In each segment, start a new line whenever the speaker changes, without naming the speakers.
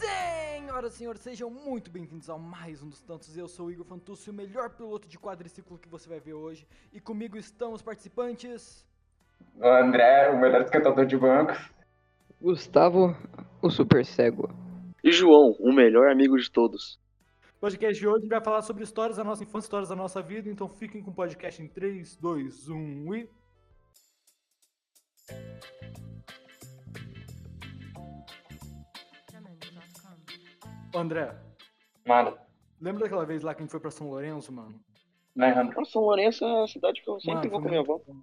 Senhoras e senhores, sejam muito bem-vindos ao mais um dos tantos. Eu sou o Igor Fantucci, o melhor piloto de quadriciclo que você vai ver hoje. E comigo estão os participantes.
O André, o melhor esquentador de bancos.
Gustavo, o super cego.
E João, o melhor amigo de todos.
O podcast de hoje vai falar sobre histórias da nossa infância, histórias da nossa vida. Então fiquem com o podcast em 3, 2, 1 e. Ô, André,
Mano,
lembra daquela vez lá que a gente foi pra São Lourenço, mano?
né,
Nossa, São Lourenço é a cidade que eu sempre
Mano,
vou
foi
com minha avó.
muito bom,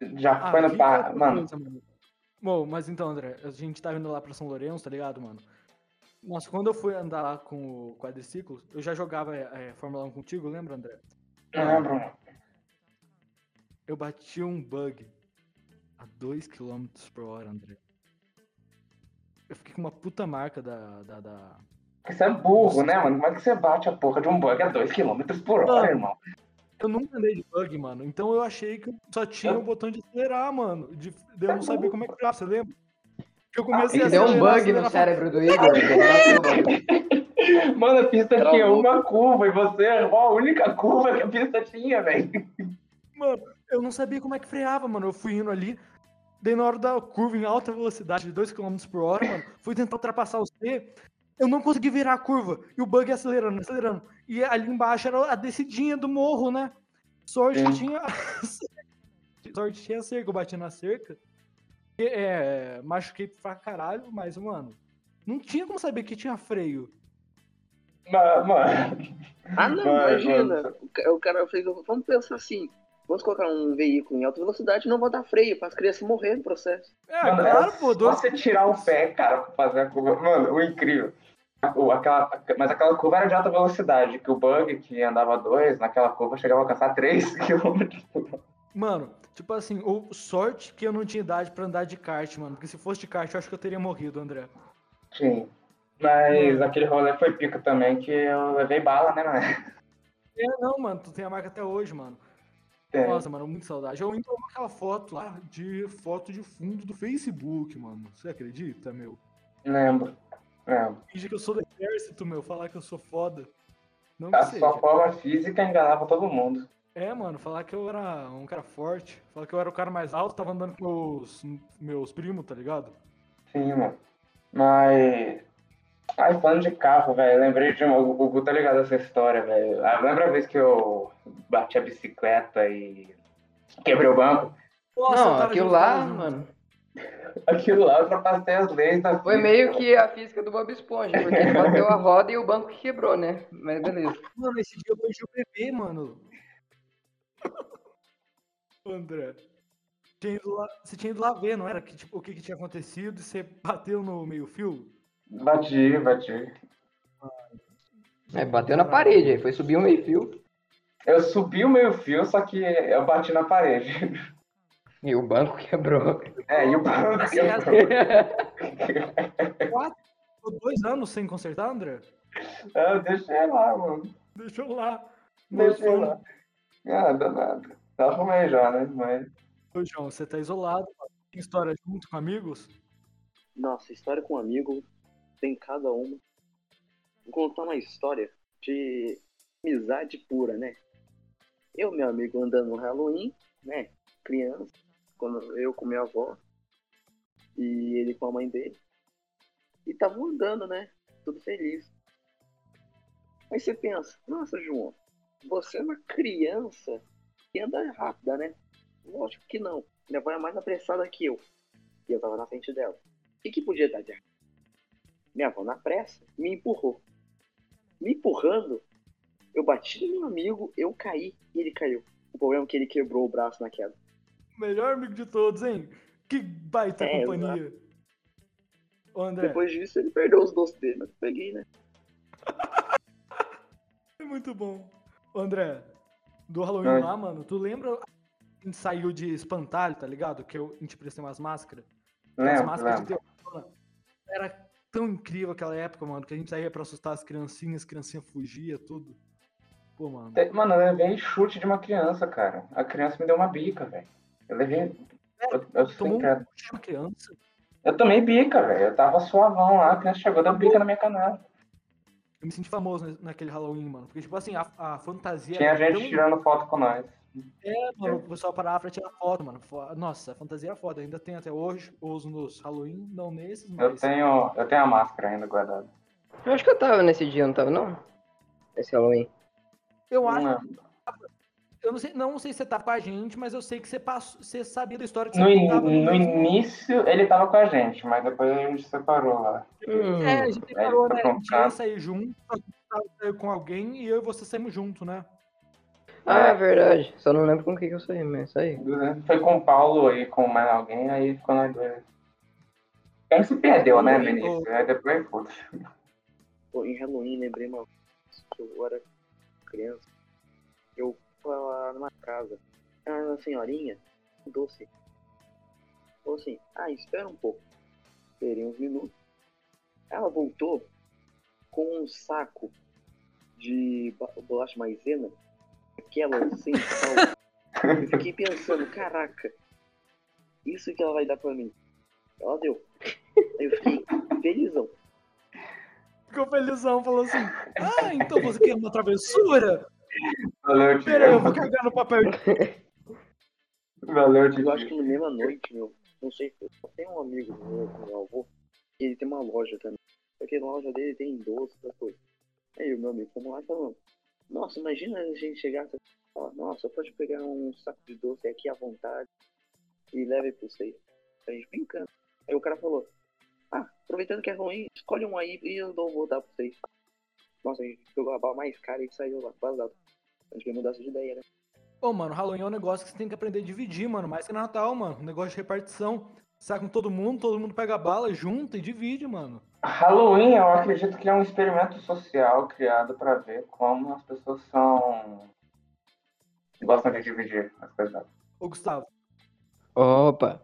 mano.
já foi
Ah,
no
que
bar,
outra
mano,
coisa, mano. Bom, mas então, André, a gente tava indo lá pra São Lourenço, tá ligado, mano? Nossa, quando eu fui andar lá com o quadriciclo, eu já jogava é, é, Fórmula 1 contigo, lembra, André?
não é, lembro, mano.
Eu bati um bug a 2 km por hora, André. Eu fiquei com uma puta marca da. da, da...
Porque Você é burro, né, mano? Como é que você bate a porra de um bug a 2km por hora,
Mano.
irmão?
Eu nunca andei de bug, mano. Então eu achei que eu só tinha
Ah.
o botão de acelerar, mano. De, de eu não sabia como é que ficava, você lembra? Que eu comecei a
Ele deu um
acelerar,
bug no
acelerar,
cérebro do Igor. ele
Mano, a pista
Era
tinha
louco.
uma curva e você errou a única curva que a pista tinha, velho.
Eu não sabia como é que freava, mano. Eu fui indo ali, dei na hora da curva em alta velocidade, de 2 km por hora, mano. Fui tentar ultrapassar o C. Eu não consegui virar a curva. E o bug acelerando, acelerando. E ali embaixo era a descidinha do morro, né? Sorte que tinha. Sorte que tinha cerca. Eu bati na cerca. E, é, machuquei pra caralho, mas, mano. Não tinha como saber que tinha freio.
Ma- Mano,
Ah, não,
Vai,
imagina. O ca- O cara fez. Vamos pensar assim. Vamos colocar um veículo em alta velocidade e não botar freio para as crianças morrerem no processo.
É,
Mano,
claro, pô.
só
Dois...
você tirar o pé, cara, pra fazer a curva. Mano, o incrível. O- Aquela, mas aquela curva era de alta velocidade, que o bug que andava 2, naquela curva chegava a alcançar 3km.
Mano, tipo assim, ou sorte que eu não tinha idade pra andar de kart, mano. Porque se fosse de kart, eu acho que eu teria morrido, André.
Sim.
Hum.
Mas aquele rolê foi pica também, que eu levei bala, né, mano?
É, não, mano, tu tem a marca até hoje, mano.
É.
Nossa, mano, muito saudade. Eu entro aquela foto lá de foto de fundo do Facebook, mano. Você acredita, meu?
Lembro. Lembro.
Finge que eu sou do exército, meu. Falar que eu sou foda. Não
Ah,
que
A
seja.
sua forma física enganava todo mundo.
É, mano, falar que eu era um cara forte. Falar que eu era o cara mais alto, tava andando com os meus primos, tá ligado?
Sim, mano. Mas. Ai, falando de carro, velho, lembrei de uma. O Gugu tá ligado essa história, velho. Ah, Lembra a vez que eu bati a bicicleta e quebrei o banco?
Nossa, eu
não,
tava
aquilo
junto,
lá,
tava junto.
mano.
Aquilo lá eu ultrapassei as leis da
Foi
física,
meio
velho.
que a física do Bob Esponja, porque ele bateu a roda e o banco quebrou, né? Mas beleza.
Mano, esse dia eu perdi o bebê, mano. Ô, André. tinha ido lá- você tinha ido lá ver, não era? Que, tipo, o que, que tinha acontecido e você bateu no meio-fio?
Bati, bati.
É, bateu na parede, aí foi subir um meio fio
Eu subi o meio fio, só que eu bati na parede.
e o banco quebrou.
É, e o banco.
Assim,
eu-
essa- Quatro ou dois anos sem consertar, André?
Eu deixei lá, mano.
Deixou lá. Mano,
Deixei
foi-
lá. Nada, nada. Tá arrumei já, né? Mas.
Ô, João, você tá isolado. mano. Tem história junto com amigos?
Nossa, história com um amigo tem cada uma. Vou contar uma história de amizade pura, né? Eu, meu amigo, andando no Halloween, né? Criança, quando eu com minha avó e ele com a mãe dele. E tava andando, né? Tudo feliz. Aí você pensa, nossa, João, você é uma criança que anda rápida, né? Lógico que não. Minha avó é mais apressada que eu. E eu tava na frente dela. O que, que podia dar de errado? Minha avó, na pressa, me empurrou. Me empurrando, eu bati no meu amigo, eu caí e ele caiu. O problema é que ele quebrou o braço na queda.
Melhor amigo de todos, hein? Que baita
É,
companhia. Ô, André,
Depois disso, ele perdeu os doces dele, mas eu peguei, né?
É muito bom. Ô, André, do Halloween
Oi.
lá, mano, tu lembra a gente saiu de espantalho, tá ligado? Que eu a gente prestei umas máscaras. As
Lembro,
máscaras
lembro.
de terror. Era tão incrível aquela época, mano, que a gente saía pra assustar as criancinhas, as criancinhas fugia, tudo. Pô, mano.
Te- Mano, eu levei chute de uma criança, cara. A criança me deu uma bica, velho. Eu levei. Eu, eu,
Tomou
sem credo.
um chute de uma criança.
Eu tomei bica, velho. Eu tava suavão lá, a criança chegou, deu bica na minha canela.
Eu me senti famoso na- naquele Halloween, mano. Porque, tipo assim, a, a fantasia.
Tinha
era
gente
é tão-
tirando foto com nós.
É, mano, o pessoal parava pra tirar foto, mano. Fo- Nossa, a fantasia era foda. Ainda tem até hoje, eu uso nos Halloween, não nesses,
Eu
mas.
tenho, eu tenho a máscara ainda guardada.
Eu acho que eu tava nesse dia, não tava, não? Esse Halloween.
Eu acho.
Não,
Eu não sei, não sei se você tá com a gente, mas eu sei que você, passou, você sabia da história que
No,
você
in-
contava
no
mesmo.
início ele tava com a gente, mas depois a gente separou lá.
Hum.
É, a gente parou,
tá
né? A gente
trocado.
ia sair junto, só que eu saí com alguém e eu e você saímos junto, né?
Ah, é verdade. Só não lembro com quem que eu saí, mas saí.
Foi com o Paulo e com mais alguém, aí ficou nós dois. Ele se perdeu, né, no início? Aí depois, putz.
Pô, em Halloween, lembrei uma vez que eu era criança. Eu fui lá numa casa. Ah, uma senhorinha, um doce. Falou assim, ah, espera um pouco. Esperei uns minutos. Ela voltou com um saco de ba- bolacha maisena. Aquela sem sal. Eu fiquei pensando, caraca, isso que ela vai dar pra mim. Ela deu. Eu fiquei felizão.
Ficou felizão, falou assim: Ah, então você quer uma travessura?
Valeu,
Pera aí, eu vou
Tio.
cagar no papel.
Valeu,
Eu acho
Tio.
que no mesma noite, meu, não sei, eu tenho um amigo meu, meu avô, que ele tem uma loja também. Só que na loja dele tem doce, essas coisas. Aí o meu amigo foi lá e falou, nossa, imagina a gente chegar e falar, nossa, pode pegar um saco de doce aqui à vontade e leve pra você. A gente brincando. Aí o cara falou, ah, aproveitando que é ruim, escolhe um aí e eu dou, vou dar pra vocês. Nossa, a gente pegou a bala mais cara e saiu lá, vazado. A gente veio mudança de ideia, né?
Ô, mano, Halloween é um negócio que você tem que aprender a dividir, mano. Mais que Natal, mano. Um negócio de repartição. Sai com todo mundo, todo mundo pega a bala, junta e divide, mano.
Halloween, eu acredito que é um experimento social criado pra ver como as pessoas são. gostam de dividir as coisas.
Ô, Gustavo,
Opa!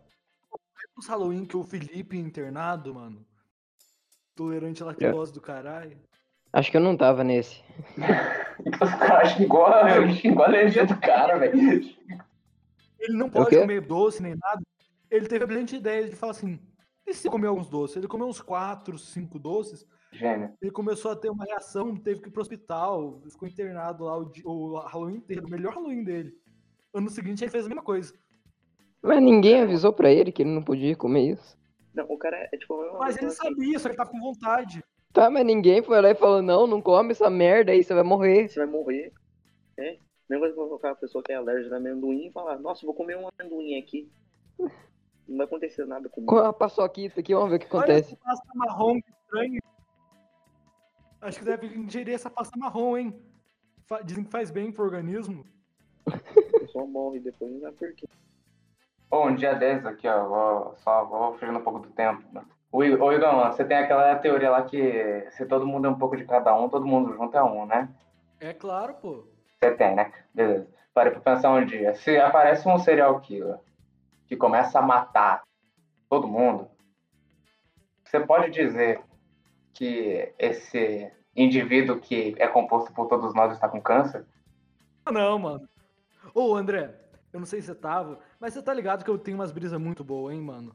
os Halloween que o Felipe é internado, mano. Tolerante à lactose do caralho.
Acho que eu não tava nesse.
Então, os caras xingou, a- xingou a energia do cara, velho.
Ele não
É o
pode
quê?
comer doce nem nada. Ele teve a brilhante ideia de falar assim: e se eu comer alguns doces? Ele comeu uns 4, 5 doces.
Gênio.
Ele começou a ter uma reação, teve que ir pro hospital, ficou internado lá o, di- o Halloween inteiro, o melhor Halloween dele. Ano seguinte ele fez a mesma coisa.
Mas ninguém avisou pra ele que ele não podia comer isso.
Não, o cara é tipo a mesma
Mas
coisa,
ele
assim,
sabia, só que ele tava com vontade.
Tá, mas ninguém foi lá e falou, não, não come essa merda aí, você vai morrer.
você vai morrer. É. Não vai colocar a pessoa que é alérgica a amendoim e falar, nossa, vou comer um amendoim aqui. Não vai acontecer nada comigo.
Com a paçoquita aqui, vamos ver o que
Olha
acontece.
essa pasta marrom que estranho. Acho que deve ingerir essa pasta marrom, hein? Fa- Dizem que faz bem pro organismo.
A pessoa morre depois, não sabe por quê.
Ou um dia desses aqui, ó, vou- só vou fugindo um pouco do tempo. O Igor, ô, Igão, você tem aquela teoria lá que se todo mundo é um pouco de cada um, todo mundo junto é um, né?
É claro, pô.
Você tem, né? Beleza. Parei pra pensar um dia. Se aparece um serial killer que começa a matar todo mundo, você pode dizer que esse indivíduo que é composto por todos nós está com câncer?
Ah, Não, mano. Ô, André, eu não sei se você tava, mas você tá ligado que eu tenho umas brisas muito boas, hein, mano?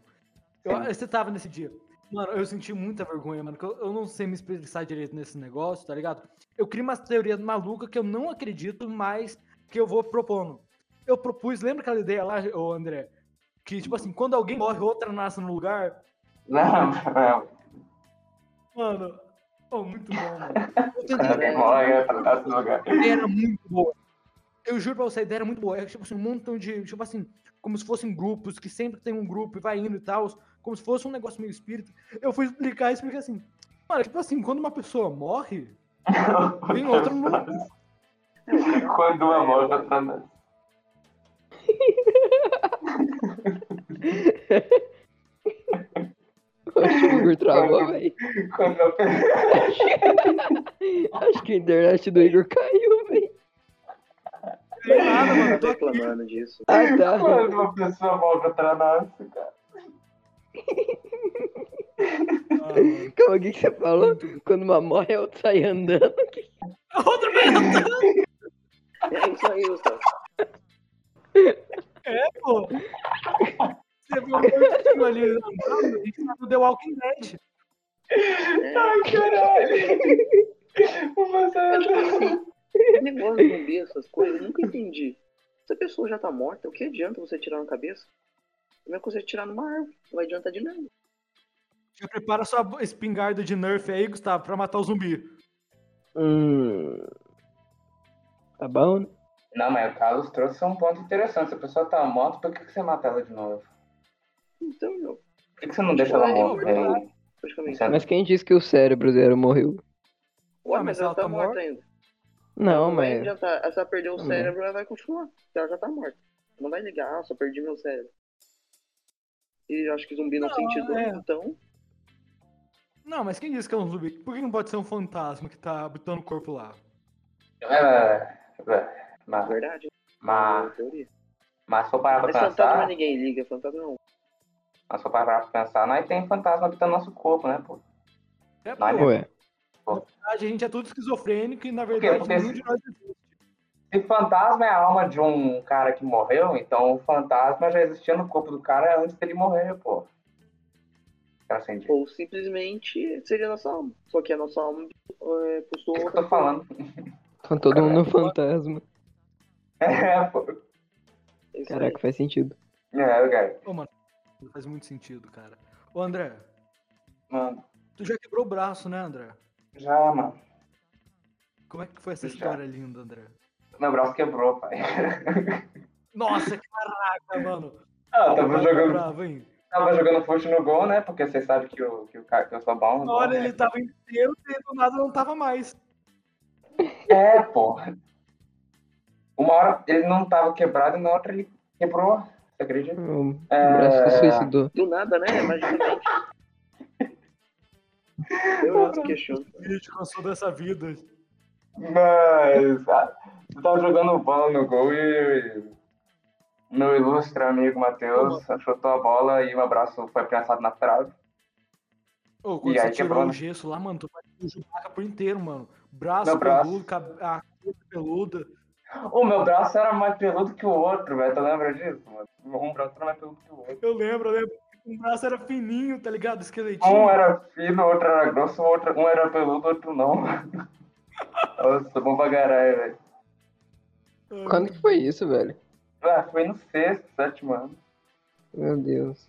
Eu-
Sim.
você tava nesse dia. Mano, eu senti muita vergonha, mano, que eu, eu não sei me expressar direito nesse negócio, tá ligado? Eu crio umas teorias malucas que eu não acredito, mas que eu vou propondo. Eu propus, lembra aquela ideia lá, ô André? Que, tipo assim, quando alguém morre, outra nasce no lugar,
Não, não.
Mano, oh, muito bom, mano. Eu tentei
Cara, morre, é pra dar esse lugar.
a ideia era muito boa. Eu juro pra você, a ideia era muito boa. É tipo assim, um montão de. Tipo assim, como se fossem grupos, que sempre tem um grupo e vai indo e tal, como se fosse um negócio meio espírito. Eu fui explicar isso porque assim. Mano, tipo assim, quando uma pessoa morre, vem outra no lugar.
Quando é tá uma morte, outra nasce.
Acho que o Igor travou, velho.
Quando é tá uma pessoa-
Acho que a internet do Igor caiu, velho.
Tem nada, mano.
Não
Eu tô
tá
aqui.
reclamando disso.
Ah, tá.
Quando uma pessoa morre, outra nasce, cara.
Ah, mano.
Calma, o que que você falou? Quando uma morre, a outra sai andando.
Outra vez,
É isso aí, Gustavo.
pô. Você um viu muito que ali andando, a gente tá no The Walking Dead. Tá
Ai, caralho. O
É. Eu, tipo
Massaro.
assim, esse negócio de zumbi, essas coisas, eu nunca entendi. Se a pessoa já tá morta, o que adianta você tirar na cabeça? A mesma coisa é tirar numa árvore, não vai adiantar de nada.
Já prepara sua espingarda de Nerf aí, Gustavo, pra matar o zumbi.
Hum. Tá bom? né?
Não, mas o Carlos trouxe um ponto interessante. Se a pessoa tá morta, por que, que você mata ela de novo?
Então, meu,
Por que, que você não deixa ela
Ué,
morta?
verdade. praticamente.
Sabe?
Mas quem disse que o cérebro zero morreu?
Ué,
Ah, mas
mas
ela
ela
tá
tá morta
morta?
ainda.
Não,
Não vai
mas.
adiantar. Ela só perdeu o
Não.
cérebro, ela vai continuar. Ela já tá morta. Não vai ligar, ah, só perdi meu cérebro. E eu acho que zumbi não, sente dor,
é.
então.
Não, mas quem disse que é um zumbi? Por que não pode ser um fantasma que tá habitando o corpo lá?
Ela- ela-
é
é, Mas,
Verdade.
mas,
é teoria.
mas se for parar Ah, pra
Mas fantasma
pensar,
ninguém liga, fantasma não.
mas se for parar pra pensar, nós tem fantasma habitando nosso corpo, né, pô?
É, pô,
Não é
na
mesmo?
Ué.
verdade, a gente é tudo esquizofrênico e, na verdade,
Porque-
nenhum de nós é existe.
Se fantasma é a alma de um cara que morreu, então o fantasma já existia no corpo do cara antes dele morrer, pô. Cara, assim, sem jeito.
Ou simplesmente seria a nossa alma. Só que a nossa alma é,
O que,
possui
que eu
outra
tô falando?
Então todo mundo é um fantasma.
É, pô.
É isso aí.
Caraca, faz sentido.
É, cara.
Faz muito sentido, cara. Ô, André,
Mano,
tu já quebrou o braço, né, André?
já, mano.
Como é que foi essa
Já.
história linda, André?
Meu braço quebrou, pai.
Nossa, caraca, mano.
Ah,
O
tava
pai tá
jogando,
bravo, hein?
tava jogando fute no gol, né? Porque vocês sabem que, o, que, o, cara- que eu sou bom.
Na
no gol,
hora
né?
ele tava inteiro, e do nada não tava mais.
É, porra. Uma hora ele não tava quebrado e na outra ele quebrou. Você acredita?
O
Um
É.
braço se suicidou.
Do nada, né? Magicamente. Eu não questiono.
Ele cansou dessa vida.
Mas. ah, Eu tava jogando bola no gol e. Meu ilustre amigo Matheus chutou a bola e meu braço foi prensado na trave.
Ô, quando
E
você
aí
tirou
quebrou,
o
né?
gesso lá, mano, tu vai o Chewbacca por inteiro, mano. Braço,
Meu braço.
peludo, cabe- a cabeça peluda.
O meu braço era mais peludo que o outro, velho. Tu lembra disso, mano? Um braço era mais peludo que o outro.
Eu lembro, eu lembro. Um braço era fininho, tá ligado? Esqueletinho.
Um era fino, o outro era grosso, o outro, um era peludo, o outro não. Nossa, bom pra caralho, velho.
Ai,
Quando que foi isso, velho?
Ah, foi no sexto, sétimo ano.
Meu Deus.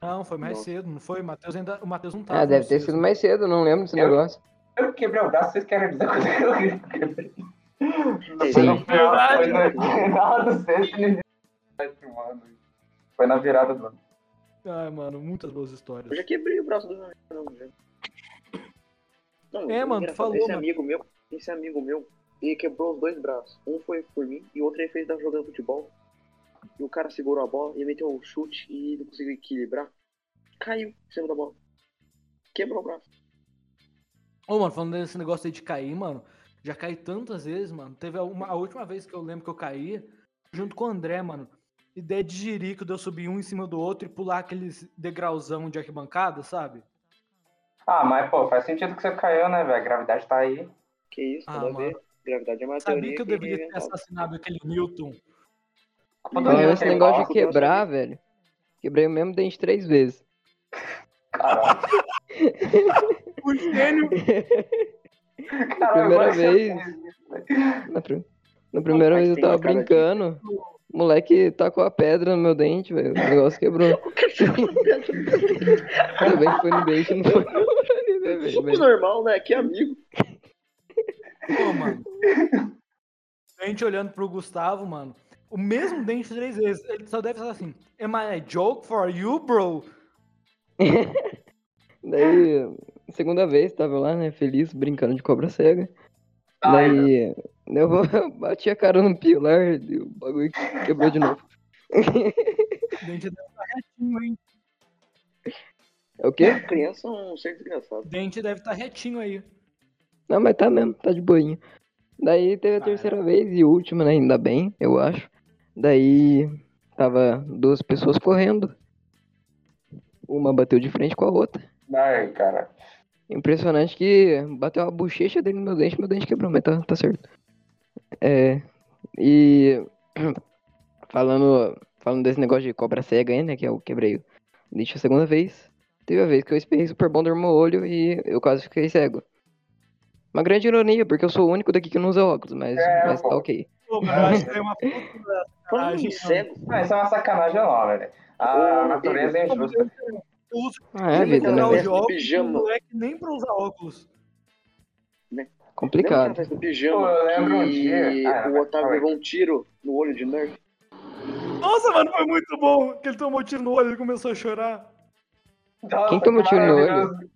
Não, foi mais
Nossa.
cedo, não foi? O Matheus ainda. O Matheus não tava.
Ah,
no
deve ter
sexto.
sido mais cedo, não lembro desse
Eu-
negócio.
Eu quebrei o braço, vocês querem dizer quando eu quebrei? Foi no final,
Sim.
foi no final do sexto e no início do sétimo ano. Foi na virada do ano.
Ai, mano, muitas boas histórias.
Eu já quebrei o braço do meu amigo. Não, já. Não,
É,
eu-
mano, tu
engraçado,
falou,
Esse
mano.
amigo meu, esse amigo meu, ele quebrou os dois braços. Um foi por mim e o outro ele fez da jogando futebol. E o cara segurou a bola e meteu um chute e não conseguiu equilibrar. Caiu em cima da bola. Quebrou o braço.
Ô, mano, falando desse negócio aí de cair, mano, já caí tantas vezes, mano. Teve uma, a última vez que eu lembro que eu caí, junto com o André, mano. Ideia de jirico de eu subir um em cima do outro e pular aqueles degrauzão de arquibancada, sabe?
Ah, mas pô, faz sentido que você caiu, né, velho? A gravidade tá aí.
Que isso,
Ah,
nada a ver. Gravidade é uma
Sabia
teoria
que eu deveria ter
inventaram.
assassinado aquele Newton.
Quando
Pelo
eu
menos
vi
esse
aquele
negócio de
barco,
quebrar, velho. Quebrei o mesmo dente três vezes.
Caralho,
O gênio!
Caralho,
Primeira
agora você-
vez. Na, pri- na primeira
Mas
vez eu
tem
tava
uma cara de-
brincando. O moleque tacou a pedra no meu dente, velho. O negócio quebrou. Ainda bem que foi no dente, não foi no orelha, né, velho?
Super
Mas-
normal, né? Que amigo.
Pô, mano. A gente olhando pro Gustavo, mano. O mesmo dente três vezes. Ele só deve falar assim: Am I a joke for you, bro?
Daí, segunda vez, tava lá, né, feliz, brincando de cobra cega.
Ah,
Ai, meu-
é.
Daí, eu, vou- eu bati a cara no pilar e o bagulho quebrou de novo.
O dente deve estar retinho, hein?
É o quê?
Criança é um ser desgraçado.
O dente deve estar retinho aí.
Não, mas tá mesmo, tá de boinha. Daí teve a
Ah, é.
terceira vez e última, né? Ainda bem, eu acho. Daí tava duas pessoas correndo. Uma bateu de frente com a outra.
Ai, cara.
Impressionante que bateu a bochecha dele no meu dente, meu dente quebrou, mas tá, tá certo. É. E falando, falando desse negócio de cobra cega aí, né? Que eu quebrei Deixa a segunda vez. Teve a vez que eu espirrei super bom no meu olho e eu quase fiquei cego. Uma grande ironia, porque eu sou o único daqui que não usa óculos, mas,
É,
mas tá
pô.
ok.
Pô, mas eu acho que é uma puta
Falando
sacanagem.
em cego,
Ah, isso é uma sacanagem enorme, velho. A
Ô,
natureza é injusta.
né? Eu uso
Ah, é a vida, né?
Não,
os
velho?
eu-
jogos,
Pijama.
moleque nem pra usar óculos.
né,
lembra aquela
Complicado.
festa do pijama
Pô, eu lembro um
que
dia. Ah,
o Otávio
vai.
levou um tiro no olho de Nerf?
Nossa, mano, foi muito bom que ele tomou tiro no olho e começou a chorar.
Nossa,
Quem tomou
que
tiro no olho?
maravilhoso.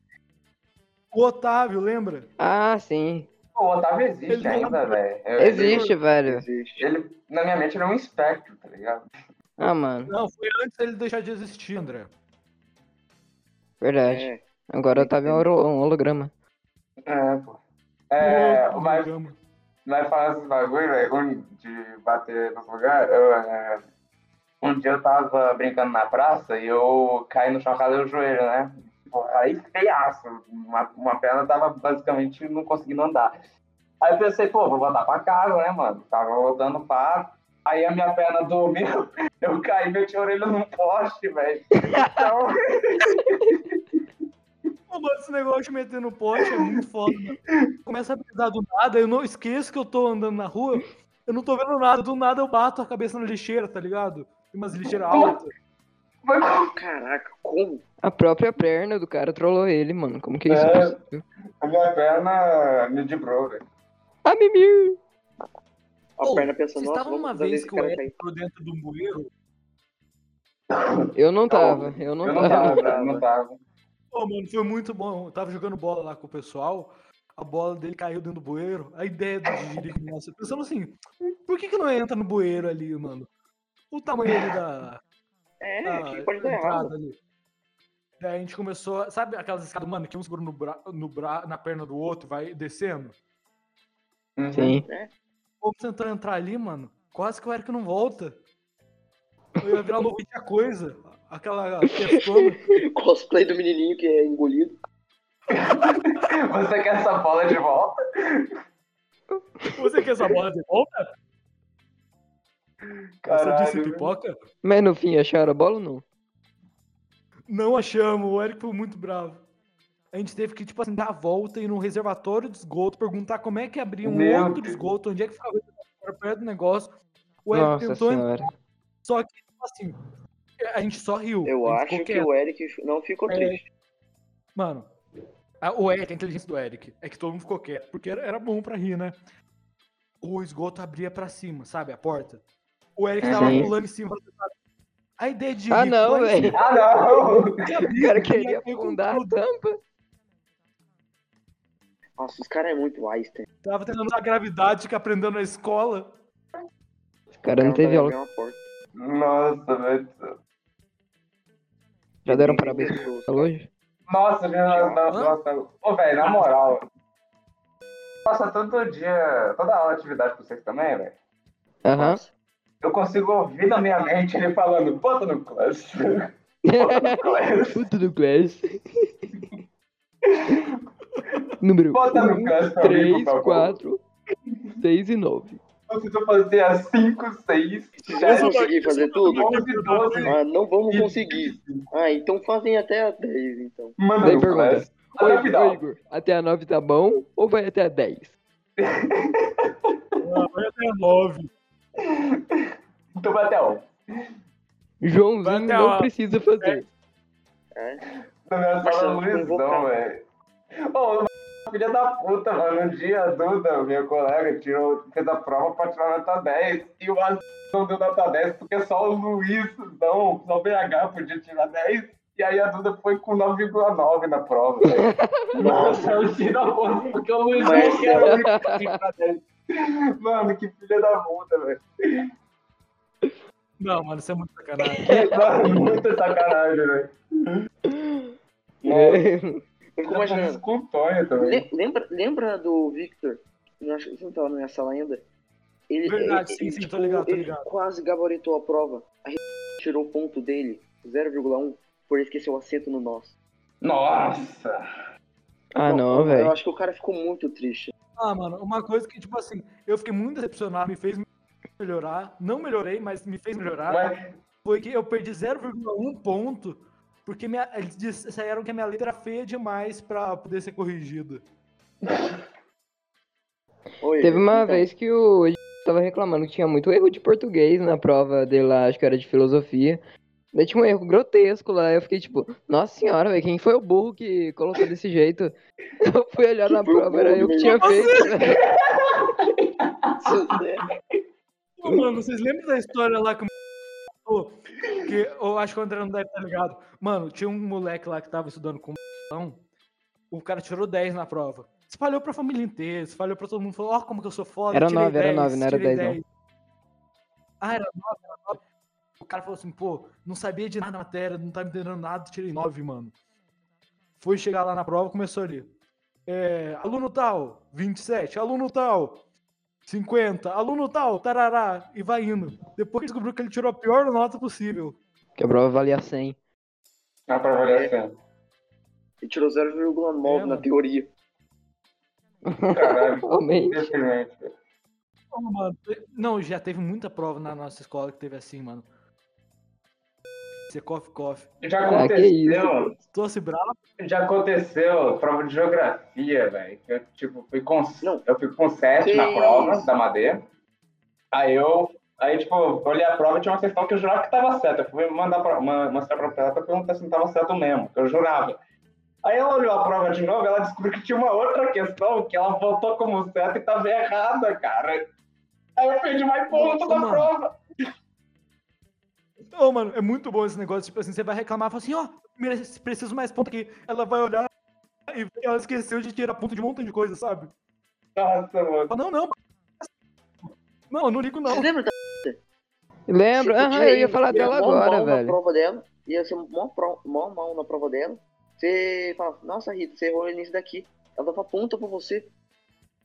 O Otávio, lembra?
Ah, sim.
Pô, O Otávio existe
Ele
ainda,
não- é um
velho. Eu-
Existe, velho.
Existe.
Ele, na minha mente, ele é um espectro, tá ligado?
Ah, mano.
Não, foi antes dele deixar de existir, André.
Verdade.
É,
Agora tá vendo um holo- um holograma.
É, pô. É,
Outro
mas,
programa.
mas falando esses bagulho, velho, um- de bater nos lugares, eu, é, um dia eu tava brincando na praça e eu caí no chão, ralei o joelho, né? Pô, Aí feiaço, uma, uma perna tava basicamente não conseguindo andar. Aí eu pensei, pô, vou voltar pra casa, né, mano? Tava voltando pra... Aí a minha perna dormiu, eu caí, meti a orelha num poste, velho. Então...
Pô, mano, esse negócio de meter no poste é muito foda. mano. Começa a pisar do nada, eu não esqueço que eu tô andando na rua, eu não tô vendo nada, do nada eu bato a cabeça na lixeira, tá ligado? Tem umas lixeiras altas.
Mas
Caraca, como?
A própria perna do cara trollou ele, mano. Como que é isso?
É.
possível?
A minha perna me debrou, velho.
Ah, Mimir!
A
Pô,
perna pensando,
Vocês
nossa,
estavam
vamos
uma
fazer
vez
esse
que eu
cara
era
cair.
por dentro do bueiro?
Eu não tava, eu não
Eu
tava.
não tava,
tava.
eu não tava.
Pô, mano, foi muito bom. Eu tava jogando bola lá com o pessoal, a bola dele caiu dentro do bueiro. A ideia do Didi, nossa, pensando assim, por que que não entra no bueiro ali, mano? O tamanho ali da,
É,
da
o que que pode dar
Ah, tipo entrada
errado?
ali. Daí a gente começou, a- sabe aquelas escadas, mano, que um segura no bra, no bra, na perna do outro, vai descendo?
Uhum.
Sim.
O povo tentou entrar ali, mano, quase que o Eric não volta. Eu ia virar um a coisa, aquela testona.
Cosplay do menininho que é engolido.
Você quer essa bola de volta?
Você quer essa bola de volta? Você disse
Caralho.
pipoca?
Mas no fim, acharam a bola ou não?
Não achamos, o Eric foi muito bravo. A gente teve que, tipo assim, dar a volta e ir num reservatório de esgoto, perguntar como é que abria um
Meu
outro
Deus.
esgoto, onde é que ficava o reservatório perto do negócio. O Eric
Nossa
tentou, entrar,
senhora.
só que, tipo assim, a gente só riu.
Eu
a gente
acho
ficou
que
quieto.
o Eric não ficou
É.
triste.
Mano, a- o Eric, a inteligência do Eric, é que todo mundo ficou quieto, porque era, era bom pra rir, né? O esgoto abria pra cima, sabe? A porta. O Eric tava
Sim.
pulando em cima. A ideia de.
Uhum. Ah,
rir
não,
foi em
velho.
Ah, não!
cima de
O cara
abrir,
queria
ia ter com
afundar a
tudo.
tampa.
Nossa, os caras é muito Einstein.
Tava tentando usar a gravidade que aprendeu na escola.
O cara não
Ela
teve
vai
aula.
abrir uma porta.
Nossa, velho.
Já deram parabéns pra
Pessoas.
hoje?
Nossa, velho, nossa, nossa. Ô, velho, na moral. Passa todo dia, toda aula de atividade pra vocês também, velho.
Aham.
Eu consigo ouvir na minha mente ele falando, bota no class. Bota no class.
Puto do Clash. Número
Bota no
1,
class pra mim, por
3,
favor.
4, 6 e 9.
Eu preciso fazer as 5, 6,
Vocês
7,
vão conseguir fazer tudo?
11, 12.
Ah, não vamos conseguir. Ah, então fazem até a 10, então.
Manda
Daí
no
pergunta,
um, class.
Ô,
Até o final.
ô, Igor, até a 9 tá bom ou vai até a 10?
Vai até a 9.
Então vai até o.
Joãozinho
Vai até
não
a-
precisa fazer.
Na minha sala
Marcelo,
Luizão,
convocado.
velho. Ô, mas filha da puta, mano. Um dia a Duda, minha colega, tirou, fez a prova pra tirar nota 10. E o Azul não deu nota 10 porque só o Luizão, só o BH podia tirar 10. E aí a Duda foi com 9,9 na prova. velho. Nossa, eu tiro a ponta porque o Luizão
Marcelo.
que era o único que tira 10. Mano, que filha da puta, velho.
Não, mano, isso é muito sacanagem.
Mano, Muita sacanagem, velho. Nossa,
Eu fico imaginando.
com o Tonho também.
Le- Lembra, lembra do Victor? Eu acho que você não tava na minha sala ainda? Ele, tipo,
Verdade, sim, sim, tô ligado, tô
ele
ligado.
quase gabaritou a prova. Aí tirou o ponto dele, 0,1, por esquecer o acento no nosso.
Nossa.
Ah, não,
Eu
velho.
acho que o cara ficou muito triste.
Ah, mano, uma coisa que, tipo assim, eu fiquei muito decepcionado, me fez Ah. melhorar. Não melhorei, mas me fez melhorar.
Ué,
Foi que eu perdi 0,1 ponto Porque minha- eles disseram que a minha letra era feia demais pra poder ser corrigida.
Oi,
Teve uma
então,
vez que o tava reclamando que tinha muito erro de português na prova dele lá, acho que era de filosofia. Daí tinha um erro grotesco lá, eu fiquei tipo, nossa senhora, velho, quem foi o burro que colocou desse jeito? Eu fui olhar na
foi o
prova, era
burro,
eu que
né?
tinha feito, velho.
Ô, mano, vocês lembram da história lá que o falou? Que eu acho que o André não deve estar ligado. Mano, tinha um moleque lá que tava estudando com o cara tirou 10 na prova. Espalhou pra família inteira, espalhou pra todo mundo, falou, ó como que eu sou foda,
Era
tirei
nove, era
10,
nove, não era
tirei
10 não.
Ah, era 9, era 9. O cara falou assim, pô, não sabia de nada da matéria, não tá me entendendo nada, tirei 9, mano. Fui chegar lá na prova, começou ali. É, aluno tal, 27, aluno tal, 50, aluno tal, tarará, e vai indo. Depois descobriu que ele tirou a pior nota possível.
Que a prova valia 100.
Na prova de assim.
Ele tirou 0,9
É,
na
mano.
teoria.
Caralho,
Amém.
simplesmente.
Ô, mano, te- Não, já teve muita prova na nossa escola que teve assim, mano. Você coffee coffee.
Já
Ah, que
aconteceu,
Trouxe bravo.
já aconteceu prova de geografia, velho. que Eu, tipo, fui com,
Não.
eu fui com 7
Que
na prova
isso.
da madeira. Aí eu, aí, tipo, eu olhei a prova e tinha uma questão que eu jurava que tava certa. Eu fui mandar pra, ma- mostrar pra ela pra perguntar se não tava certo mesmo, que eu jurava. Aí ela olhou a prova de novo, ela descobriu que tinha uma outra questão que ela voltou como certa e tava errada, cara. Aí eu perdi mais ponto
Nossa,
da
mano.
prova.
Ô, mano, é muito bom esse negócio. Tipo assim, você vai reclamar e fala assim, ó, merece- preciso mais ponto aqui. Ela vai olhar e ela esqueceu de tirar ponto de um montão de coisa, sabe?
Nossa, mano.
Fala, não, não. Não, não ligo não.
Você lembra da
Lembro,
Tipo,
aham,
tinha
eu ia
ido,
falar
ia
dela
mó
agora,
mal na
velho.
prova dela, ia ser mó, pro, mó mal na prova dela. Você fala, nossa, Rita, você errou nisso daqui. Ela dava ponta pra você.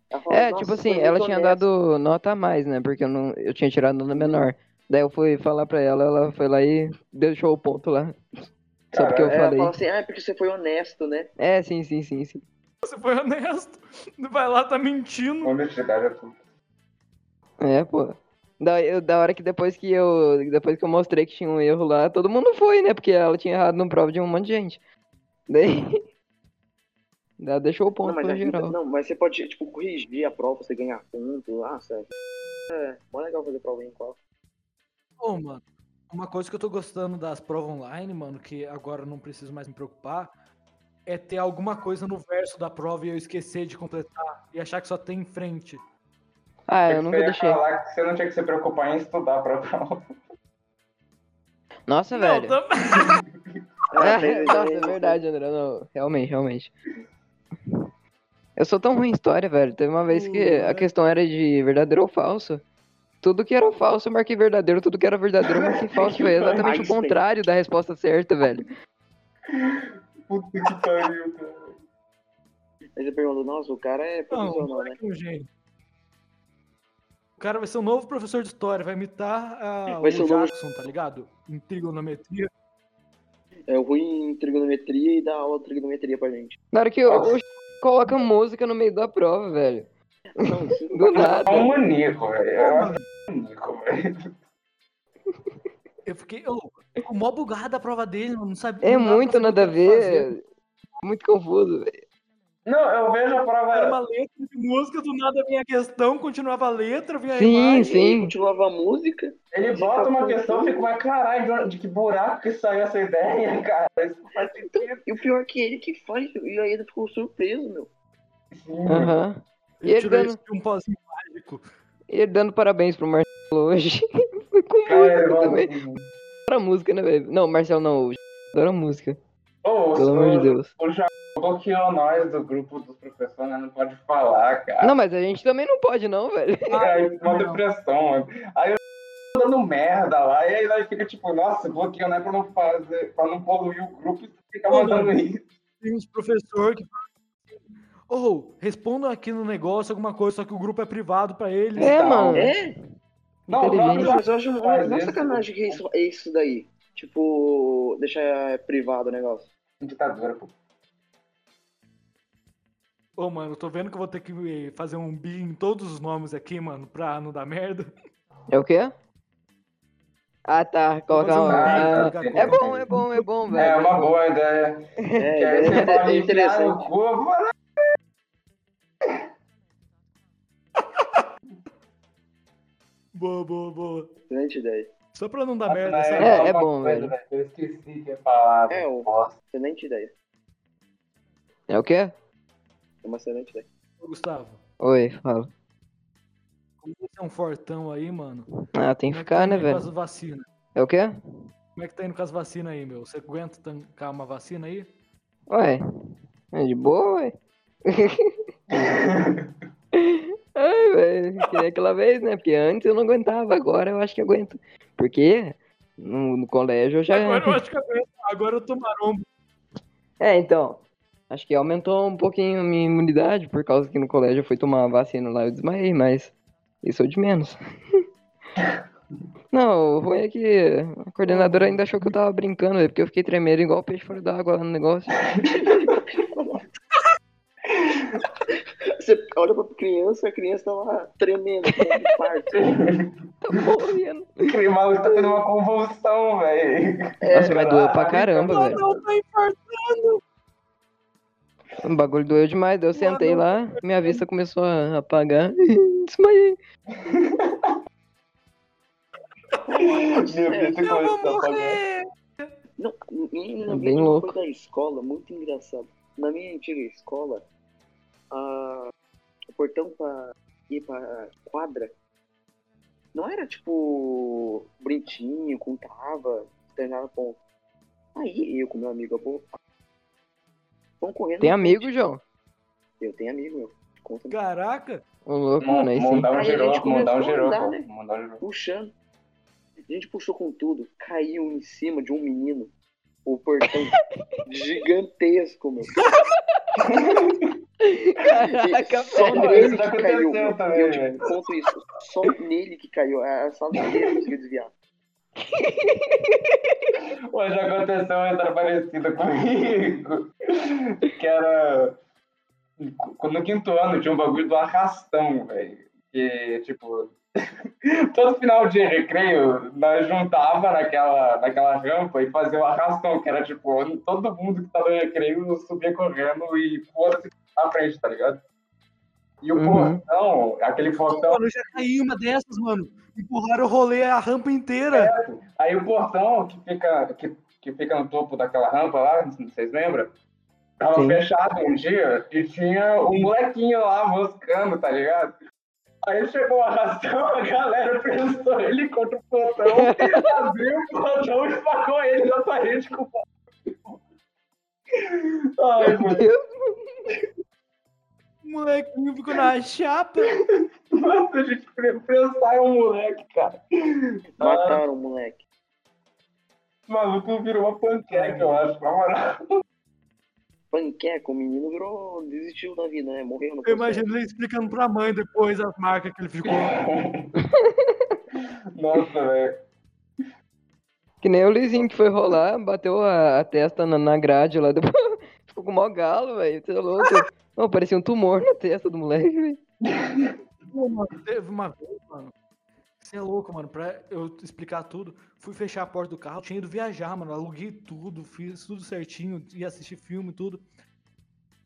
Ela fala,
É,
"Nossa,
tipo
foi
assim,
muito
ela tinha
honesto."
dado nota a mais, né? Porque eu, não, eu tinha tirado nota menor. Daí eu fui falar pra ela, ela foi lá e deixou o ponto lá. Só porque eu
É, Ela
falei.
fala assim, ah, é porque você foi honesto, né?
É, sim, sim, sim, sim.
Você foi honesto. Vai lá, tá mentindo.
Honestidade é tudo.
É, pô. Da, eu- da hora que depois que eu. Depois que eu mostrei que tinha um erro lá, todo mundo foi, né? Porque ela tinha errado no prova de um monte de gente. Daí. daí ela deixou o ponto
Não mas,
pra
a Rita,
geral.
não, mas você pode, tipo, corrigir a prova, você ganhar ponto. Ah, sério. É, mó legal fazer prova em qual.
Ô, mano, uma coisa que eu tô gostando das provas online, mano, que agora eu não preciso mais me preocupar, é ter alguma coisa no verso da prova e eu esquecer de completar e achar que só tem em frente.
Ah,
É
eu
que
nunca
você ia
deixei.
falar que você não tinha que se preocupar em estudar pra prova.
Nossa, velho.
Não, tá-
Ah, tem-
É,
tem-
nossa,
tem-
é verdade, André. Não, realmente, realmente. Eu sou tão ruim em história, velho. Teve uma vez que
Hum,
a
é.
questão era de verdadeiro ou falso. Tudo que era falso eu marquei verdadeiro, tudo que era verdadeiro eu marquei falso. Foi exatamente o
Einstein.
contrário da resposta certa, velho.
Puta que pariu, cara.
Aí você perguntou, nossa, o cara é
não,
profissional,
não
né?
é um gênio. O cara vai ser o novo professor de história, vai imitar ah,
Vai
o
ser
um
o novo-
Jackson, tá ligado? Em trigonometria.
É ruim em trigonometria e dá aula de trigonometria pra gente.
Na hora que o,
Nossa.
o coloca música no meio da prova, velho.
Não, isso
Do
É um
nada.
maníaco, velho. É um maníaco, velho.
Eu fiquei, eu, fico mó bugado da prova dele, mano, não sabia.
É
não dava pra
muito
saber o
nada a
que fazer.
ver. Muito confuso, velho.
Não, eu vejo a
Era
prova.
uma letra de música, do nada vinha a questão, continuava a letra, vinha a
Sim,
imagem.
Ele
sim.
continuava a música.
Ele bota uma questão e fica, mas caralho, de que buraco que saiu essa ideia, cara? Isso não faz sentido.
E o pior é que ele que faz. E aí ele ficou surpreso, meu.
Aham. E
Ele
ele
tirou
dando,
isso de um pozinho mágico.
e ele dando parabéns pro Marcelo hoje. Foi com
Cara,
música também.
irmão.
adora música, né, velho? Não, Marcel não, o adora música.
Ô,
Pelo amor de
o-
Deus.
o Jacob bloqueou nós do grupo dos professores, né? Não pode falar, cara.
Não, mas a gente também não pode, não, velho.
Cara, isso é uma
não.
depressão, mano. Aí eu dando merda lá, e aí nós fica tipo, nossa, bloqueou, né? Pra não fazer, pra não poluir o grupo e ficar
Ô,
mandando
mano.
isso.
Tem uns professores que falam assim, ô, respondam aqui no negócio alguma coisa, só que o grupo é privado pra eles.
É,
Então,
mano.
É? Tipo,
Não, o
Inteligente.
próprio
Não, mas eu acho uma,
Faz
uma
isso.
"Ah,
né?"
sacanagem que é isso, é isso daí. Tipo, deixar privado o negócio.
ditadura, pô.
Ô, mano, eu tô vendo que eu vou ter que eh, fazer um
É
bi em todos os nomes aqui, mano, pra não dar merda.
É o quê? Ah, tá. Colocar um.
Ah,
Ah,
tá.
é bom, é bom, é bom, velho.
É uma boa ideia.
É,
Que aí você
é,
pode
é
enfiar
interessante.
no cu, eu vou lá.
Boa, boa, boa.
Excelente ideia.
Só pra não dar
Mas
merda, sabe?
É, é
né? uma
bom,
coisa,
velho.
velho, que Eu esqueci que ia falar.
É, o-
bosta.
Excelente ideia.
É o quê?
É uma excelente ideia.
Gustavo,
Oi, fala.
como você é um fortão aí, mano.
Ah, tem que ficar, né,
Como é que tá indo com
velho?
as vacinas?
É o quê?
Como é que tá indo com as vacinas aí, meu? Você aguenta tancar uma vacina aí?
Ué. É de boa, ué. Ai, velho. Que nem aquela vez, né? Porque antes eu não aguentava, agora eu acho que aguento. Porque no, no colégio eu já.
Agora eu acho que aguento. Agora eu tô marombo.
É, então. Acho que aumentou um pouquinho a minha imunidade, por causa que no colégio eu fui tomar a vacina lá, eu desmaiei, mas isso é o de menos. Não, o ruim é que a coordenadora ainda achou que eu tava brincando, é porque eu fiquei tremendo igual peixe fora d'água lá no negócio.
Você olha pra criança, a criança tá lá tremendo, tá de parte.
Tá morrendo.
Aquele maluco tá tendo uma convulsão, velho.
É,
Nossa, mas doeu pra caramba,
Não,
velho.
não, tá infartando.
O Um bagulho doeu demais, daí eu sentei lá, minha vista começou a apagar, desmaiei.
Meu Deus, tá você
Eu vou
começou a pagar.
morrer.
Não, menina,
É Bem
uma
louco.
coisa da escola, muito engraçado. Na minha antiga escola, a- o portão pra ir pra quadra não era tipo bonitinho, com trava, treinava ponto. Aí eu com meu amigo Abu- vamos correndo.
Tem amigo, João?
Eu tenho amigo, meu. Conta
Caraca.
Ô, louco, mano, aí sim.
Montar um
Aí a gente
giroco, montar um
começou a andar,
giroco.
né?
Montar um giroco.
puxando. A gente puxou com tudo, caiu em cima de um menino. O portão gigantesco, meu.
Caraca,
só
velho.
Isso já
nele que
aconteceu
caiu. meu.
também,
eu te
velho.
conto isso. Só nele que caiu. A a sala inteira conseguiu desviar.
Pô, já aconteceu uma história parecida comigo. Que era. qu- No quinto ano tinha um bagulho do arrastão, velho. Que, tipo. Todo final de recreio, nós juntava naquela, naquela rampa e fazia o arrastão, que era tipo, todo mundo que tava no recreio subia correndo e foda-se pra frente, tá ligado? E o
Uhum.
portão, aquele portão
Mano, eu já caí em uma dessas, mano. Empurraram o rolê a rampa inteira.
Aí o portão que fica, que, que fica no topo daquela rampa lá, não sei se vocês lembram? Tava
Sim.
fechado um dia e tinha um molequinho lá moscando, tá ligado? Aí chegou a ração, a galera pensou ele contra o portão, abriu o portão e facou ele na parede com o portão. Ai,
Meu
mano,
Deus.
O molequinho ficou na chapa.
nossa, a gente pensar é um moleque, cara. Ah,
Mataram o moleque.
o maluco virou uma panqueca, eu acho, na moral.
Panqueca, o menino virou. desistiu da vida, né? Morreu no
Eu
processo.
imagino ele explicando pra mãe depois as marcas que ele ficou.
Nossa, velho.
Que nem o Lizinho que foi rolar, bateu a, a testa na, na grade lá, depois ficou com o maior galo, velho. Você é louco. Não, parecia um tumor na testa do moleque, velho.
Pô, mano, teve uma vez, mano. Você é louco, mano. Pra eu explicar tudo, fui fechar a porta do carro, tinha ido viajar, mano. Aluguei tudo, fiz tudo certinho, ia assistir filme e tudo.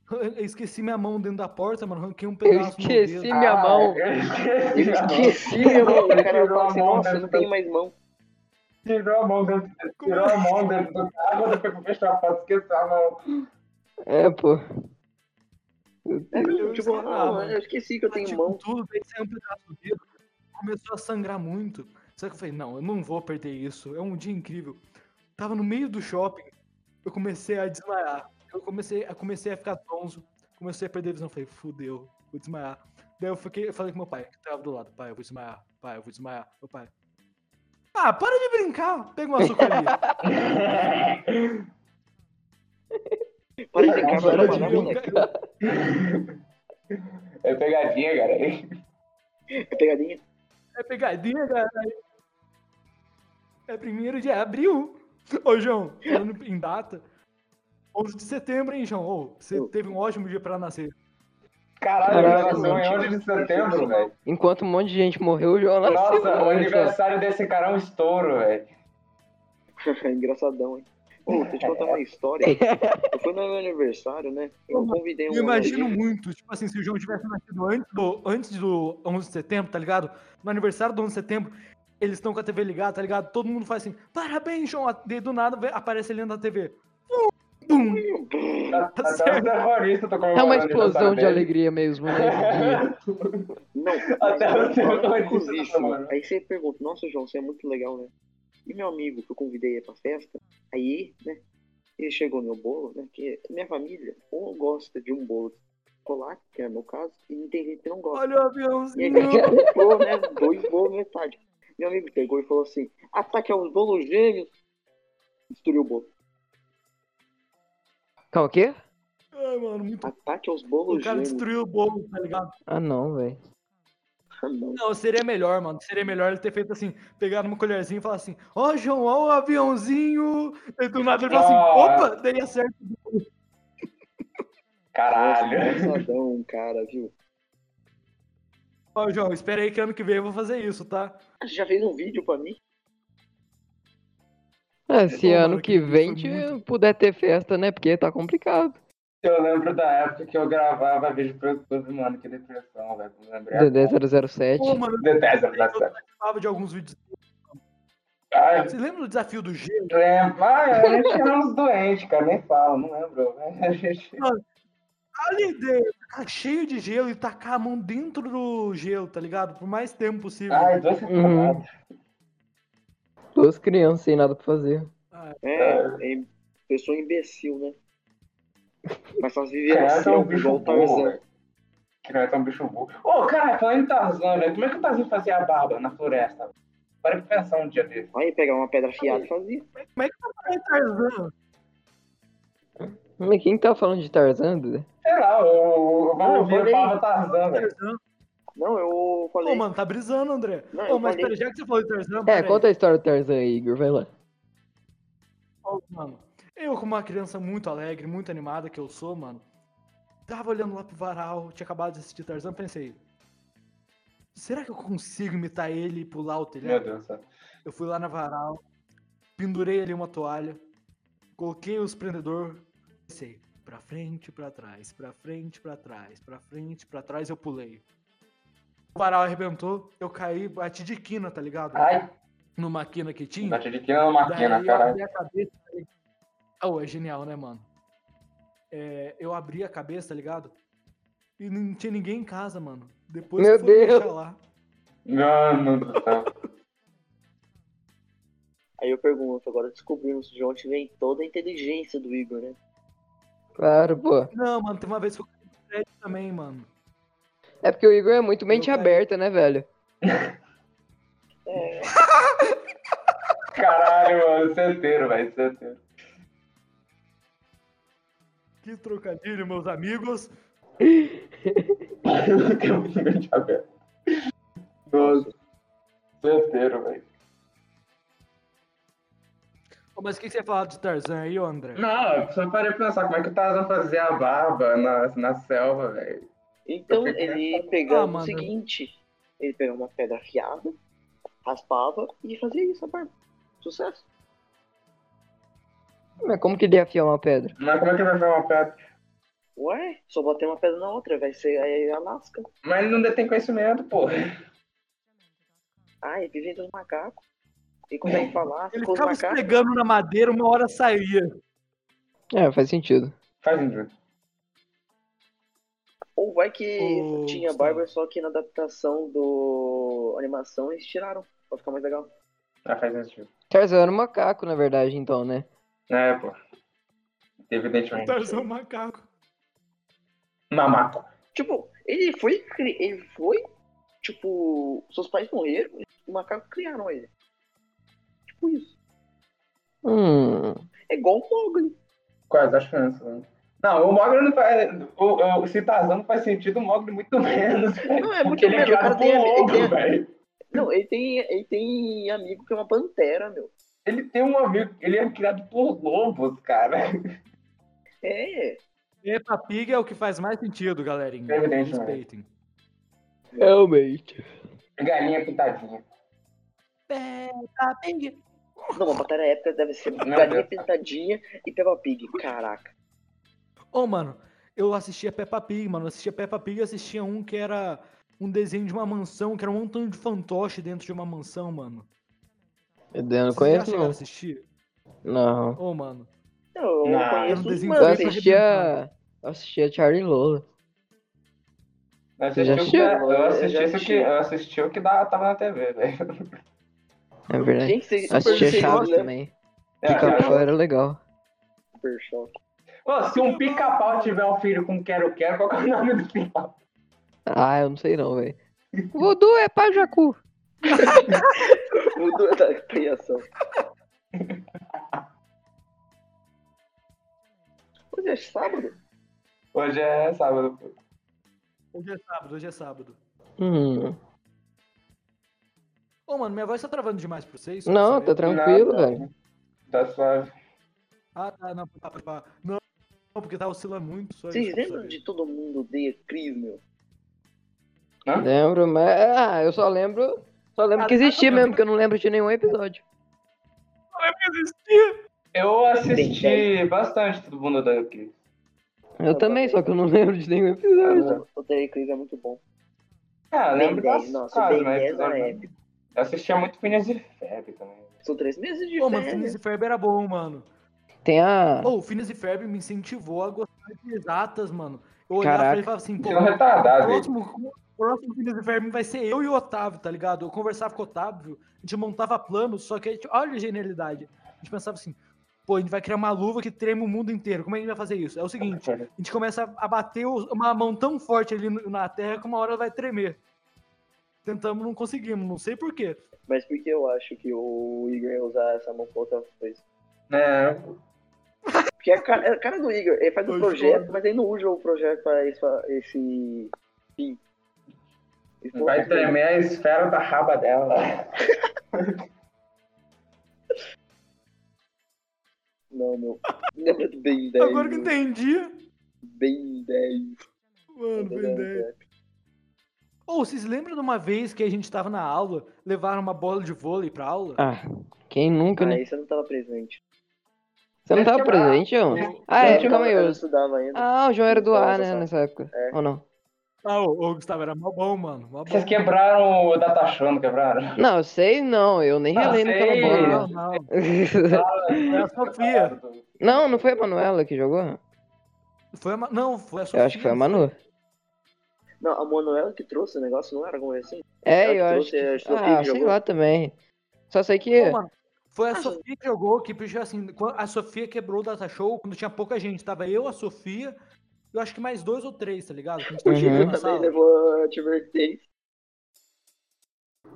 Eu esqueci minha mão dentro da porta, mano. Arranquei um
Eu
pedaço do meu
esqueci
dedo.
minha mão.
Ele
Esqueci, meu irmão. O cara
Tirou
fala assim:
a mão né?"
nossa,
dentro
não
da-
tem mais mão.
tirou a mão dentro, tirou a mão dentro do carro, depois que fechou a porta, esqueceu a mão.
É, pô.
É,
Eu
tipo,
esqueci,
ah,
mano.
eu esqueci que eu tenho
Bati com
mão.
tudo, daí saiu um pedaço do dedo. Começou a sangrar muito. Só que eu falei, não, eu não vou perder isso. É um dia incrível. Tava no meio do shopping, eu comecei a desmaiar. Eu comecei, eu comecei a ficar tonso, comecei a perder a visão. Falei, fudeu, vou desmaiar. Daí eu, fiquei, eu falei com meu pai, que tava do lado, pai, eu vou desmaiar, pai, eu vou desmaiar, meu pai. Ah, para de brincar! Pega uma açucarinha.
Para de brincar,
Para
vai
de
trabalhar,
brincar.
moleque.
É pegadinha, cara.
É pegadinha.
É pegadinha, cara. É primeiro de abril. Ô, João, falando em data. 11 de setembro, hein, João? Ô, você
Eu-
teve um ótimo dia pra nascer.
Caralho,
Caraca,
ele nasceu em
mano.
11 de setembro, velho.
Enquanto um monte de gente morreu, o João nasceu.
Nossa, o
mano.
aniversário desse cara é um estouro, velho.
É Engraçadão, hein? Ô, deixa eu te contar uma história. Eu fui no meu aniversário, né? Eu convidei um.
Eu imagino muito, tipo assim, se o João tivesse nascido antes do, antes do 11 de setembro, tá ligado? No aniversário do 11 de setembro, eles estão com a TV ligada, tá ligado? Todo mundo faz assim, parabéns, João. E do nada vê- aparece ele na TV. Bum, bum.
Tá, Até um os terroristas estão comemorando
É uma
o aniversário
explosão de
dele.
alegria mesmo, né?
Não,
Até
mas
você
agora
não
eu fiz
acredita,
isso.
mano.
Aí você pergunta, nossa, João, você é muito legal, né? E meu amigo que eu convidei aí pra festa, aí, né? Ele chegou no bolo, né? Que minha família ou gosta de um bolo de chocolate, que é meu caso, e tem gente que não gosta.
Olha o
E aí,
aviãozinho.
comprou, né? Dois bolos metade. Meu amigo pegou e falou assim: ataque aos bolos gêmeos. Destruiu o bolo.
Qual o quê?
Ai, Ah, mano, muito...
Ataque aos
O
bolos
cara
gêmeos.
destruiu o bolo, tá ligado?
Ah, não, velho.
Ah, não.
Não, seria melhor, mano. Seria melhor ele ter feito assim, pegar uma colherzinha e falar assim, ó, João, ó o aviãozinho. E do nada ele fala assim,
Nossa.
opa, daria certo.
Caralho.
Engraçadão, cara, viu?
Ó, João, espera aí que ano que vem eu vou fazer isso, tá?
Ah, Você já fez um vídeo pra mim?
Ah, se
Ô, mano,
ano que
aquele vídeo
vem
foi
te
muito-
puder ter festa, né? Porque tá complicado.
Eu lembro da época que eu gravava vídeo pro YouTube, mano, que depressão, velho. Eu lembrei
Dedé
agora.
007.
Pô, mano,
Detesto
eu
depressão.
participava de alguns vídeos.
Ai,
Você lembra do desafio do gelo?
lembro. Ah, a gente era uns doentes, cara, nem falo, não lembro. A gente...
Olha a ideia, ficar tá cheio de gelo e tacar a mão dentro do gelo, tá ligado? Por mais tempo possível.
Ai, dois
Uhum.
separados.
Duas crianças sem nada pra fazer.
É, é pessoa imbecil, né? Mas elas viveram
Criança é um
assim,
bicho
igual o
burro,
Tarzan.
velho. Criança é um bicho burro. Ô, cara, falando em Tarzan, velho, como é que o Tarzan fazia a barba na floresta? Para pra pensar um dia desse.
Aí pegava uma pedra afiada e fazia.
Ai, Tarzan.
Mas quem tá falando de Tarzan, Dedé?
Sei lá, o
Ah, eu
Vamos ver
falei.
falava Tarzan, velho.
Tarzan.
Não, eu
Pô,
falei.
mano, tá brisando, André.
Não,
Pô,
eu
mas
falei-
peraí, já que você falou de Tarzan,
É,
peraí.
conta a história do Tarzan aí, Igor, vai lá.
Ó, mano, eu como uma criança muito alegre, muito animada que eu sou, mano, tava olhando lá pro varal, tinha acabado de assistir Tarzan, pensei, será que eu consigo imitar ele e pular o
Meu
telhado?
Deus do céu.
Eu fui lá na varal, pendurei ali uma toalha, coloquei os prendedor, pensei, pra frente, pra trás, pra frente, pra trás, pra frente, pra trás, eu pulei. O varal arrebentou, eu caí, bati de quina, tá ligado?
Ai,
Numa quina que tinha.
bati de quina na
Daí
maquina,
eu
caralho.
abri a cabeça. tá ligado? Oh, é genial, né, mano? É, eu abri a cabeça, tá ligado? E não tinha ninguém em casa, mano. Depois
Meu
eu fui
Deus.
deixar lá.
Mano do céu.
Aí eu pergunto, agora descobrimos de onde vem toda a inteligência do Igor, né?
Claro, pô.
Não, mano, tem uma vez que eu caí no prédio também, mano.
É porque o Igor é muito mente
caí.
aberta, né, velho?
Caralho, mano, certeiro, velho, certeiro.
Que trocadilho, meus amigos.
Tem um filme de aberto. Nossa, certeiro, velho.
Ô, Mas o que que você ia falar de Tarzan aí, ô André?
Não, eu só parei pra pensar como é que o Tarzan fazia a barba na, na selva, velho.
Então ele pegava
Ah,
o
mano.
seguinte: ele pegava uma pedra afiada, raspava e fazia isso, a barba. Sucesso.
Mas como que ele ia afiar uma pedra?
Mas como é que ele vai fazer uma pedra?
Ué, só bater uma pedra na outra, vai ser aí a Alaska.
Mas ele não detém conhecimento, pô.
Ah, ele vive entre os macacos. E consegue falar
É. Ele
com os
ficava
macacos.
esfregando na madeira, uma hora saía.
É, faz sentido.
Faz um sentido.
Ou vai que
Ô,
tinha
Gustavo.
barba, só que na adaptação do animação eles tiraram. Pra ficar mais legal.
Ah, faz sentido.
Tarzan era um macaco, na verdade, então, né?
É, pô.
Então-
Evidentemente.
Tarzan é um macaco.
Mamaco.
Tipo, ele foi. cri- Ele foi. Tipo, seus pais morreram, os macacos criaram ele. Tipo isso.
Hum.
É igual o Mogli.
Quais as chances, né? Não, o Mogli não faz. O, o, se Tarzan não faz sentido, o Mogli muito menos. velho.
Não, é muito
Porque ele é
melhor. O cara
criado por
tem,
um
ele, é-
lobo,
tem,
velho.
não, ele, tem, ele tem amigo que é uma pantera, meu.
Ele tem um amigo, ele é criado por lobos, cara.
É.
Peppa Pig é o que faz mais sentido, galerinha.
Evidentemente.
Respeitem.
Realmente.
Galinha pintadinha.
Peppa Pig.
Não, uma batalha épica deve ser
Não,
Galinha
Deus.
Pintadinha e Peppa Pig. Caraca.
Ô, mano, eu assistia Peppa Pig, mano. Eu assistia Peppa Pig e assistia um que era um desenho de uma mansão, que era um montão de fantoche dentro de uma mansão, mano.
Eu não
Vocês já
conheço,
chegaram a
não.
assistir?
Não.
Ô, mano.
Não, eu
Não,
conheço
era um
os
desenho
Eu
manos,
bem-
hein?
assistia. Eu assistia Charlie Lola.
Eu
Você já
assisti, o que
assistiu?
da- eu assisti
Já
isso
assisti.
que, eu assisti o que da- tava na TV, velho.
É verdade.
Gente, vocês-
Eu assistia
vocês
Chaves
gostam, né?
também.
É,
Pica-pau
cara.
era legal.
Super Choque.
Ô, se um pica-pau tiver um filho com quero-quero, qual que é o nome do pica-pau?
Ah, eu não sei não, velho. Vodu é pai do Jacu.
Mudou da criação. Hoje é sábado?
Hoje é sábado. pô.
Hoje é sábado, hoje é sábado.
Hum.
Ô, mano, minha voz tá travando demais pra vocês?
Não,
Sabe?
tá tranquilo,
Nada.
velho.
Tá suave.
Ah, tá, não, pá, pá, pá. não, não, porque tá oscilando muito. Só
Vocês
isso pra
lembram
saber.
de todo mundo odeia Cris, meu?
Lembro, mas. Ah, eu só lembro. Só lembro que existia mesmo, porque eu não lembro de nenhum episódio.
Eu
Bem,
assisti bastante todo mundo dando aqui.
Eu também, só que eu não lembro de nenhum episódio.
Eu odeio Cris, é muito bom.
Ah, eu
Bem
lembro
10,
das
nossa,
casas,
bem é.
mas
10 era
episódio não.
épico.
Eu assistia muito Phineas e Ferb também.
São três meses de
Ô, mano,
férias.
Phineas e Ferb era bom, mano.
Tem a.
Ô, o Phineas e Ferb me incentivou a gostar de exatas, mano. Eu olhava pra
Caraca.
ele e falava assim, pô,
Tinha um retardado,
o
velho.
próximo, o próximo Phineas e Ferb vai ser eu e o Otávio, tá ligado? Eu conversava com o Otávio, a gente montava planos, só que a gente, olha a genialidade. A gente pensava assim, pô, a gente vai criar uma luva que treme o mundo inteiro. Como é que a gente vai fazer isso? É o seguinte, a gente começa a bater os- uma mão tão forte ali no- na terra que uma hora ela vai tremer. Tentamos, não conseguimos, não sei porquê.
Mas por que eu acho que o Igor ia usar essa mão pra outra coisa?
É,
Porque é a cara, é a cara do Igor, ele faz um
Eu
projeto, mas ele não usa o projeto pra essa- esse fim. Esse
vai
outro
tremer a esfera da raba dela.
fim. Não, é meu. Lembra do Ben 10?
Agora que
meu?
entendi.
Ben 10.
Mano,
Meu
bem
Deus,
ideia. Ou vocês lembram de uma vez que a gente tava na aula, levaram uma bola de vôlei pra aula?
Ah, quem nunca, né?
Aí você Ah, não tava presente.
Você não tava
Deixa eu falar.
presente, João?
Eu-
Ah,
eu
é,
não
calma aí.
eu não
eu-
estudava ainda.
Ah, o João era do
Então,
ar,
olha
né,
só.
nessa época.
É.
Ou não?
Ah, ô, ô, Gustavo, era mó bom, mano. Mó bom.
Vocês quebraram o Datachão, não quebraram?
Não, eu sei não, eu nem
Ah,
relei naquela
sei.
Não,
bola.
não.
Foi
a Sofia.
Não, não foi a Manuela que jogou?
Foi a Ma- Não, foi a Sofia.
Eu acho que foi a Manu.
Não, a Manuela que trouxe o negócio não era como assim?
É, eu
Ela
acho.
trouxe,
que-
a Sofia
Ah,
que
sei
jogou.
lá também. Só sei que.
Ô, mano, Foi a
Ah,
Sofia que jogou, que puxou assim. quando A Sofia quebrou o data show quando tinha pouca gente. Tava eu, a Sofia, eu acho que mais dois ou três, tá ligado? Quando
O
Uhum.
tava
Gino
chegando na
também
sala.
levou a advertência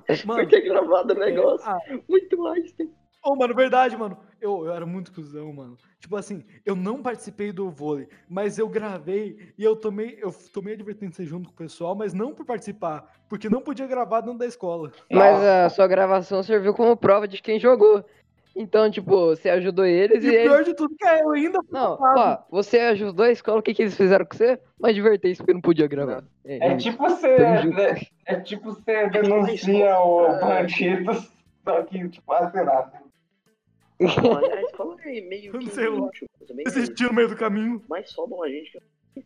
por
Mano,
é
ter gravado o negócio.
ah,
Muito mais. tem-
Ô, mano, verdade, mano. Eu, eu era muito cuzão, mano. Tipo assim, eu não participei do vôlei, mas eu gravei e eu tomei, eu tomei advertência junto com o pessoal, mas não por participar, porque não podia gravar dentro da escola.
Mas a sua gravação serviu como prova de quem jogou. Então, tipo, você ajudou eles
E
e, eles.
pior de tudo é que eu ainda
Não, ó,
culpado.
você ajudou a escola, o que, que eles fizeram com você? Uma advertência porque não podia gravar.
É
isso.
tipo você.
Tamo junto.
né? É tipo você denuncia o bandido, só que tipo assinado.
Olha, a escola é meio
Eu não
que
sei lá.
inútil. Também é
desistiu no meio do caminho.
Mas roubam a gente.
É.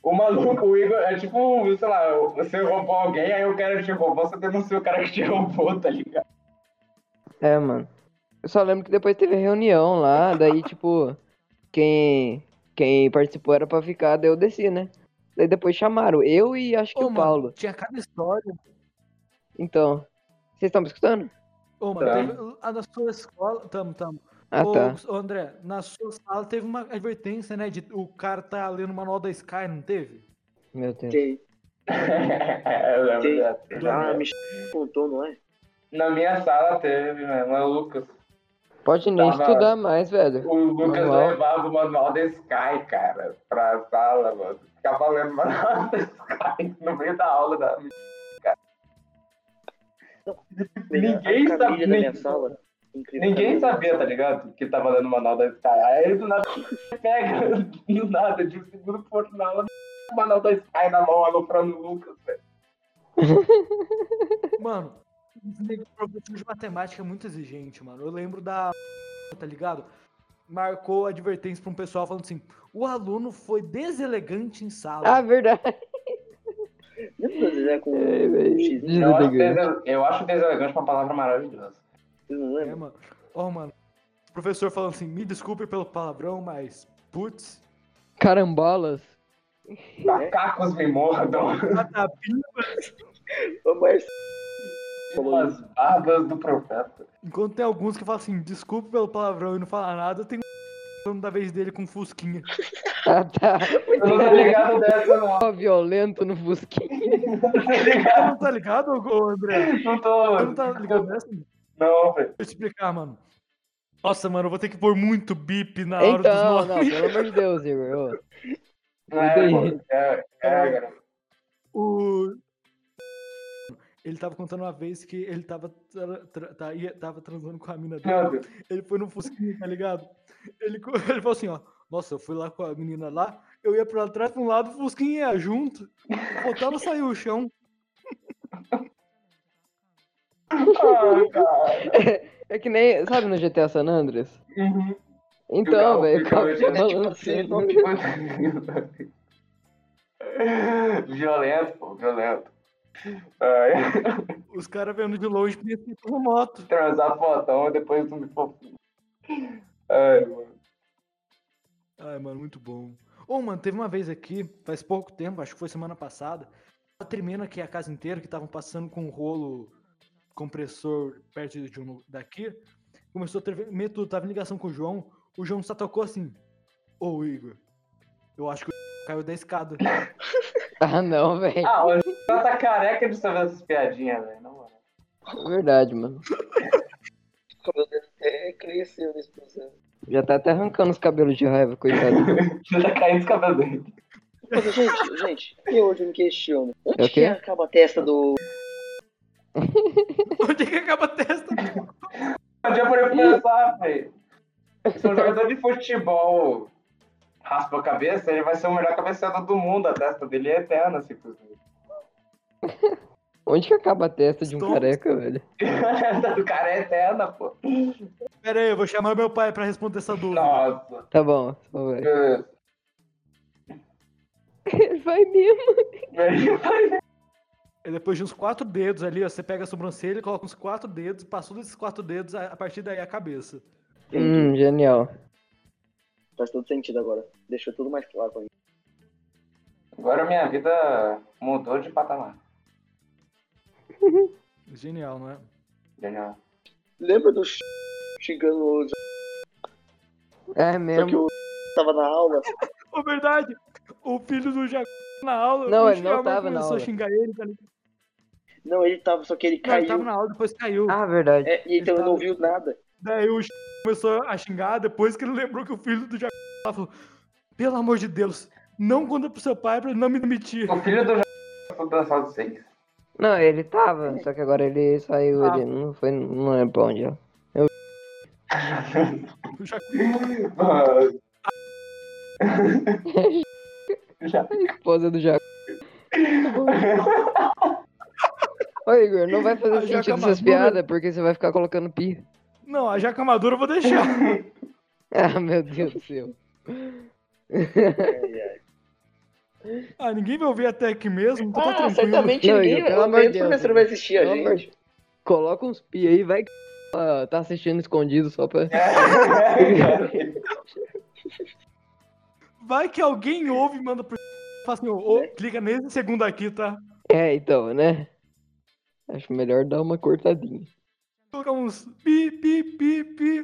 O maluco, o Igor, é tipo, sei lá, você roubou alguém, aí o cara te roubou, você denuncia o cara que te roubou, tá ligado?
É, mano. Eu só lembro que depois teve reunião lá, daí, tipo, quem, quem participou era pra ficar, daí eu desci, né? Daí depois chamaram, eu e acho que
Ô,
o
mano,
Paulo.
tinha cada história.
Então, vocês estão me escutando?
Ô, mano,
Tá.
teve- a da sua escola. Tamo, tamo.
Ah,
Ô,
tá.
ô, André, na sua sala teve uma advertência, né? De o cara tá lendo o manual da Sky, não teve?
Meu Deus.
Tem.
Eu lembro
Sim.
dessa.
Ah,
é.
me contou, não é?
É Na minha sala teve, mano, o Lucas.
Pode nem
Tava-
estudar mais, velho.
O Lucas
Manual.
levava o manual da Sky, cara, pra sala, mano. Ficava lendo o manual da Sky no meio da aula da.
Tem a-
Ninguém
a Camille
sabia.
da minha sala. Incrível.
Ninguém sabia, tá ligado? Que tava dando uma nota desse cara. Aí ele do nada pega, do nada, de um segundo pro outro na aula, uma nota Sky na mão, aloprando o Lucas, velho.
Mano, esse negócio de professor de matemática é muito exigente, mano. Eu lembro da. Tá ligado? Marcou advertência pra um pessoal falando assim: o aluno foi deselegante em
Ah,
sala.
verdade.
Lembra do Zé com
É,
um
velho.
X?
Eu acho,
Deselegante.
dese- eu acho deselegante uma palavra maravilhosa.
Vocês não
é,
lembram?
mano. Ó, mano. O professor falando assim: me desculpe pelo palavrão, mas. Putz,
Carambolas.
Macacos me mordam,
matapinho.
Ô, Marcio,
as barbas do profeta.
Enquanto tem alguns que falam assim: desculpe pelo palavrão e não fala nada, tem um dono da vez dele com fusquinha.
Ah, tá.
Eu não tô ligado dessa, não.
Ó, violento no busquinho.
Você não tá ligado, ô, André?
Não tô.
Você não tá ligado nessa?
Não, velho.
Deixa eu te explicar, mano. Nossa, mano, eu vou ter que pôr muito bip na hora
Então,
dos
não,
nomes.
pelo amor de Deus, Igor. ô.
Não é, pô. É, é, garoto.
O... Ele tava contando uma vez que ele tava, tra- tra- tá- ia- tava transando com a mina dele.
Meu Deus.
Ele foi no fusquinha, tá ligado? Ele, co- ele falou assim, ó. Nossa, eu fui lá com a menina lá, eu ia pra trás pra um lado, o fusquinha ia junto. Voltava, saiu o chão.
Ah, cara.
É que nem, sabe no GTA San Andreas?
Uhum.
Então, velho,
Porque
acabei
hoje é tipo
falando
assim,
assim.
não tem- tá assim. Violento, pô, violento. Ai,
Os caras vendo de longe, pensam que uma moto.
transar fotão depois tu me fofinho. Ai, mano.
Ai, mano, muito bom. Ô, mano, teve uma vez aqui, faz pouco tempo, acho que foi semana passada, tava tremendo aqui a casa inteira, que estavam passando com um rolo compressor perto de um daqui. Começou a tremer tudo, tava em ligação com o João. O João só tocou assim: Ô, Igor, eu acho que o caiu da escada.
Ah, não, velho.
Ah, o João tá careca de saber essas piadinhas, velho. na moral.
é Verdade, mano.
o cabelo
né?
dele
É,
até cresceu nesse processo.
Já tá até arrancando os cabelos de raiva, coitado.
Já tá caindo os cabelos dele.
Mas, gente, gente, eu hoje me questiono. Onde
É o quê?
que acaba a testa do...
Onde que acaba a testa?
Um dia pra eu pensar, velho. Se um jogador de futebol raspa a cabeça, ele vai ser o melhor cabeceador do mundo. A testa dele é eterna, simplesmente.
Onde que acaba a testa de um
Estou-
careca, velho?
o cara é eterna, pô.
Pera aí, eu vou chamar meu pai pra responder essa dúvida.
Nossa.
Tá bom, só vai.
Deus.
Ele vai mesmo.
E É depois de uns quatro dedos ali, ó, você pega a sobrancelha, coloca uns quatro dedos, passou desses quatro dedos, a a partir daí a cabeça.
Hum, genial.
Faz todo sentido agora. Deixou tudo mais claro pra mim.
Agora minha vida mudou de patamar.
Genial, não é?
Daniel.
Lembra do X xingando o outro?
É
Só que
mesmo.
o tava na aula?
Ô, verdade. O filho do Jacó na aula.
Não,
o
ele não
Thiago
tava na
começou
aula.
a xingar ele. Tá ligado?
Não, ele tava, só que ele
não, ele
caiu.
tava na aula, depois caiu.
Ah, verdade.
É, e
Ele
então ele não
tava-
ouviu nada.
Daí o começou a xingar, depois que ele lembrou que o filho do Jacó lá falou: Pelo amor de Deus, não conta pro seu pai pra ele não me demitir.
O filho do Jorge dançado seis.
Não, ele tava, só que agora ele saiu,
Ah.
ele não foi, não é lembro pra onde. ó.
O Jacó
Já.
A esposa do Jaco. Ô, Igor, não vai fazer
A Jaca
sentido essas
Madura.
piadas, porque você vai ficar colocando pi.
Não, a Jaca Madura eu vou deixar.
Ah, meu Deus do céu.
Ai, ai.
Ah, ninguém vai ouvir até aqui mesmo, então tá
Ah,
tranquilo.
certamente
Não,
ninguém.
Igor, pelo
Pelo
amor de
menos o
Deus,
professor
Igor.
vai assistir a
Pelo amor
gente.
Coloca uns pi aí, vai que ah, tá assistindo escondido só pra.
Vai que alguém ouve e manda pro Fala assim, ô, ô, clica nesse segundo aqui, tá?
É, então, né? Acho melhor dar uma cortadinha.
Colocar uns pi, pi, pi, pi.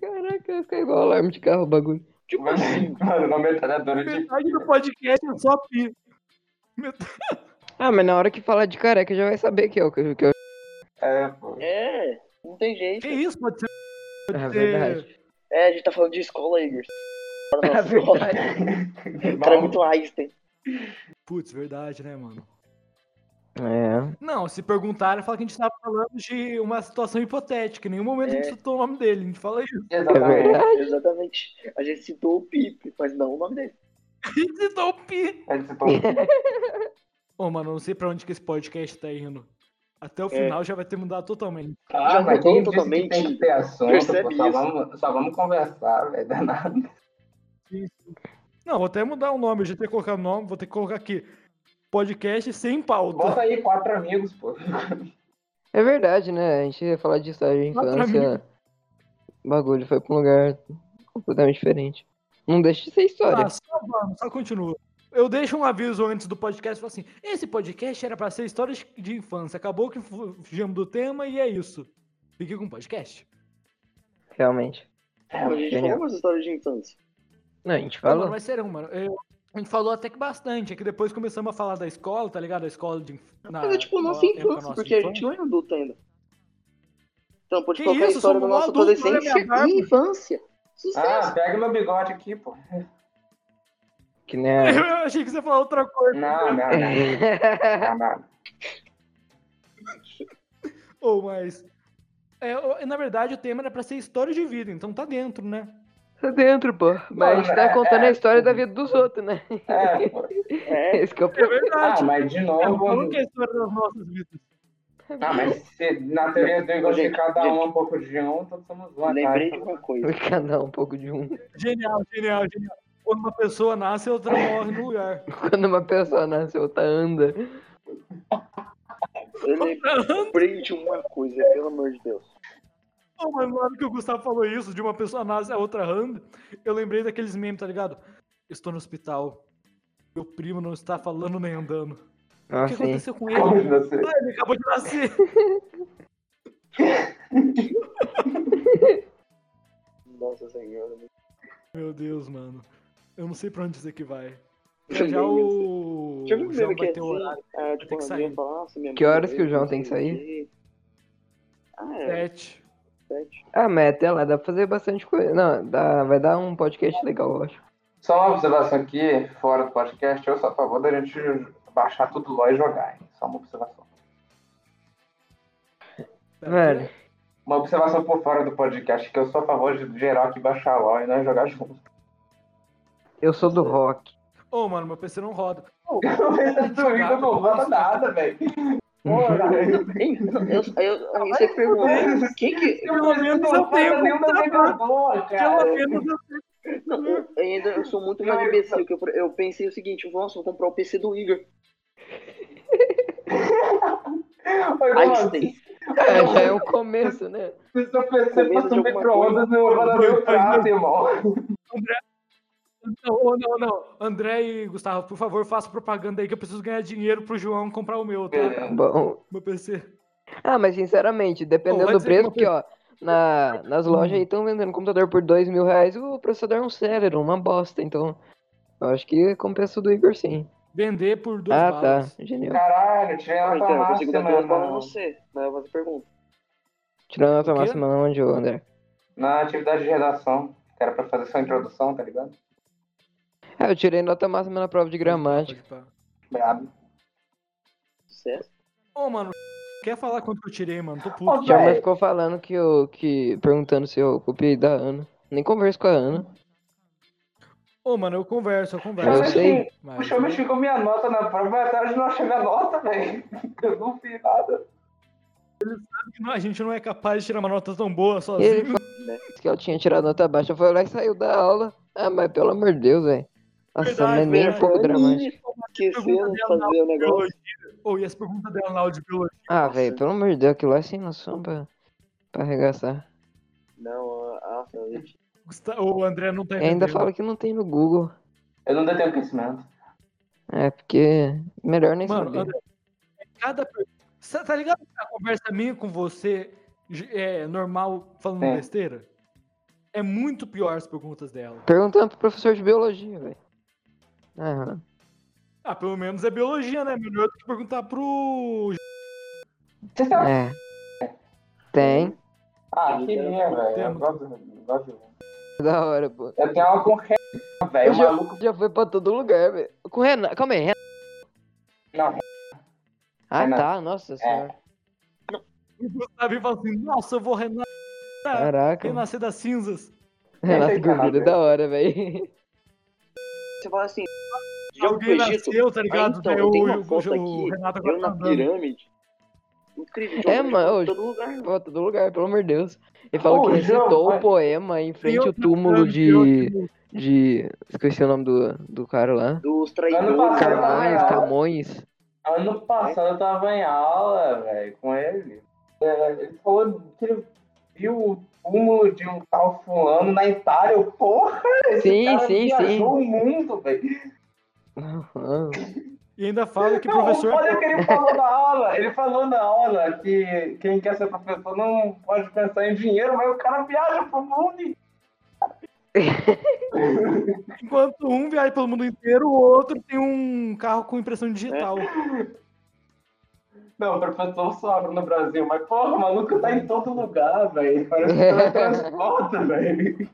Caraca, fica igual alarme de carro o bagulho.
Tipo
Mano,
assim,
Mano, uma
É
metralhadora tá de.
Metade do podcast é só pi. Metade-
Ah, mas na hora que falar de careca já vai saber que é o que, que é o.
É, pô.
é, não tem jeito.
Que isso, pode ser.
É
ter-
verdade.
É, a gente tá falando de escola, Igor. Fora da
É
nossa escola. O cara é
Bom,
muito Einstein.
Putz, verdade, né, mano?
É.
Não, se perguntarem, fala que a gente tá falando de uma situação hipotética. Em nenhum momento a
É.
gente citou o nome dele. A gente fala
um
isso.
Exatamente.
Exatamente. A gente citou o Pipe, mas não o nome dele.
A gente citou o Pi.
Ele citou um
Ô, mano, eu não sei pra onde que esse podcast tá indo. Até
É.
o final já vai ter mudado totalmente.
Ah,
Já
mas
mudou
quem disse que
totalmente.
tem que ter assunto,
Percebe
pô, só,
isso.
vamos, só vamos conversar, velho, danado.
Não, vou até mudar o nome. Eu já tenho que colocar o nome, vou ter que colocar aqui. Podcast sem pauta.
Bota aí quatro amigos, pô.
É verdade, né? A gente ia falar de estágio de
Quatro
infância. O bagulho foi pra um lugar completamente diferente. Não deixa de ser história.
Ah, só vamos, só continua. Eu deixo um aviso antes do podcast, falo assim, esse podcast era pra ser histórias de infância, acabou que fu- fugimos do tema e é isso. Fique com o podcast.
Realmente.
Então, A gente
Genial.
falou umas histórias de infância.
Não, a
Tá
gente
Não, mano,
falou.
mas serão, mano, eu- a gente falou até que bastante, é que depois começamos a falar da escola, tá ligado? A escola de inf- na-
Mas é tipo
na
nossa
época
infância,
nossa
porque a
infância.
gente não é adulto ainda. Então pode
Que
colocar a
isso,
história da
somos
nossa
adultos, olha a
adolescência
minha barba.
e infância.
Ah,
Sucesso!
pega meu bigode aqui, pô.
Que né? nem a...
Eu achei que você ia falar outra coisa.
Não, não, não.
É.
não, não.
Ou mas... é, eu- na verdade, o tema era pra ser história de vida, então tá dentro, né?
Tá dentro, pô. Mas a gente tá contando a história da vida dos outros, né?
É, pô.
É,
Esse que é o
É
problema.
Ah,
verdade.
mas de
eu
novo.
falo que é a história das nossas vidas.
Ah, mas se na teoria do Igor de
Gente,
cada
gente.
um é um pouco de um, todos somos uma
lembrei de
cara.
uma coisa.
Cada um um pouco de um.
Genial, genial, genial. Quando uma pessoa nasce, a outra morre no lugar.
Quando uma pessoa nasce, a outra anda.
Eu lembrei de uma coisa, pelo amor de Deus.
Pô, mas na hora que o Gustavo falou isso, de uma pessoa nasce a outra anda, eu lembrei daqueles memes, tá ligado? Estou no hospital. Meu primo não está falando nem andando. O
Ah,
Tá
que
sim.
aconteceu com ele?
Como
Ah,
você-
ele acabou de nascer.
Ah. Nossa senhora.
Meu Deus, mano. Eu não sei pra onde isso aqui vai.
Deixa
Já
eu
já
ver
o.
Deixa eu
o
ver
João
mesmo que
vai
é
ter
assim.
horário.
Ah,
ter
tipo,
que
a
sair.
minha fala, nossa, minha
Que
mãe
horas que o
veio,
João
não
tem que
sei o
sair?
quê. Ah, é,
Sete.
sete.
Ah, mas até lá dá pra fazer bastante coisa. Não, dá, vai dar um podcast legal, eu acho.
Só uma observação aqui, fora do podcast, eu sou a favor da gente baixar tudo lá e jogar, hein? Só uma observação.
Pera,
Velho.
Uma observação por fora do podcast, que eu sou a favor de geral que baixar LOL e nós jogar junto.
Eu sou do rock.
Ô, mano, meu PC não roda.
O Igor não roda nada, velho. Porra,
Hein, eu- eu- aí você perguntou, quem que...
Pelo menos eu tenho
nenhum da
computador.
boa,
Pelo
cara.
menos eu
Não, eu, ainda eu sou muito mais imbecil, que eu, eu pensei o seguinte, nossa, vou comprar o PC do Igor. Aí você
Agora,
tem.
É, já é o começo, né?
se seu PC
Começo
fosse um
de alguma
micro-ondas, não roda meu prato, irmão.
Não, não, não. André e Gustavo, por favor, faça propaganda aí que eu preciso ganhar dinheiro pro João comprar o meu, tá?
É.
Bom.
Meu PC.
Ah, mas sinceramente,
Pô,
dependendo
vai
do
dizer que
preço,
não
que ó, na, nas lojas aí estão vendendo computador por dois mil reais, o processador é um cérebro, uma bosta, então. Eu acho que compensa o do Igor sim.
Vender por dois
Ah, tá.
balas.
Genial.
Caralho, tirei
tá,
Ah,
na
então, eu
farmácia,
consigo dar duas bolas
mano.
no C, mas eu faço pergunta.
Tirando a nota
O quê?
máxima não, onde, André?
Na atividade de redação, que era pra fazer só a introdução, tá ligado?
Ah, eu tirei nota máxima na prova de gramática.
Pode pá.
Brabo.
Sucesso.
Ô, mano, quer falar quanto que eu tirei, mano? Tô
Ô,
puto.
Já
velho,
mas ficou falando que eu. que. perguntando se eu copiei da Ana. Nem converso com a Ana.
Ô, mano, eu converso, eu converso.
Eu
Mas
sei.
assim,
Mas,
O Chama chegou minha nota na prova, mas até hoje não achei minha nota, velho. Eu não fiz nada.
não, a gente não é capaz de tirar uma nota tão boa
E
sozinho.
ele falou né, que ela tinha tirado nota baixa. Foi lá e saiu da aula. Ah, mas pelo amor de Deus, velho. Nossa,
Verdade,
não é nem um
verdade.
pouco dramático.
Esqueceu de fazer o negócio.
Biologia. Ô, e as perguntas dela na aula de biologia?
Ah,
Nossa.
velho, pelo amor de Deus, aquilo lá é sem noção pra, pra arregaçar.
Não, ah, nossa, gente.
Gusta- O André não tá
E
entendendo.
ainda fala que não tem no Google.
Eu não detenho conhecimento.
É, porque melhor nem
Mano,
saber.
André, é cada pergunta. Cê Tá ligado que a conversa minha com você j- é normal falando
É.
besteira? É muito pior as perguntas dela.
Perguntando pro professor de biologia, velho. Aham.
Ah, pelo menos é biologia, né? Melhor do que perguntar pro.
Você sabe?
É. Tem.
Ah, que é, velho. Eu
Temos.
gosto de- gosto de-
Da hora, pô.
Eu tenho aula com o Renan, velho. O
já,
maluco.
já foi pra todo lugar, velho. Com o Renan. Calma aí, Renan.
Não,
Ah,
Renan. É.
tá, nossa senhora.
O Gustavo fala assim, nossa, eu vou rena-
Caraca.
renascer das cinzas.
Renato
Esse cara,
Gordura
velho.
é da hora, velho.
Você fala assim, jogo do
Alguém
Egito,
nasceu, tá ligado?
Ah, então,
Daí
eu
o-
tenho uma
o-
foto
o
aqui,
Renato agora
eu
tá
na
andando.
pirâmide. Incrível,
É,
jogo
mano,
do Egito
ô,
em todo lugar.
Pô, todo lugar, pelo amor de Deus. Ele falou
Ô,
que
João,
recitou
vai.
o poema em frente ao túmulo de. de. Esqueci o nome do, do cara lá.
Dos
Ano passado,
traidores.
Camões,
Caralho.
Camões.
Ano passado eu tava em aula, velho, com ele. É, Ele falou que ele viu o túmulo de um tal fulano na Itália. Eu, Porra, esse
Sim,
cara
sim,
viajou
sim.
o mundo, velho.
Aham.
E ainda fala que o
Não,
professor.
olha o que ele falou na aula. Ele falou na aula que quem quer ser professor não pode pensar em dinheiro, mas o cara viaja pro mundo. e-
Enquanto um viaja pelo mundo inteiro, o outro tem um carro com impressão digital.
É.
Não, o professor sobra no Brasil, mas porra, o maluco tá em todo lugar, velho. Ele Parece que teletransporta, velho.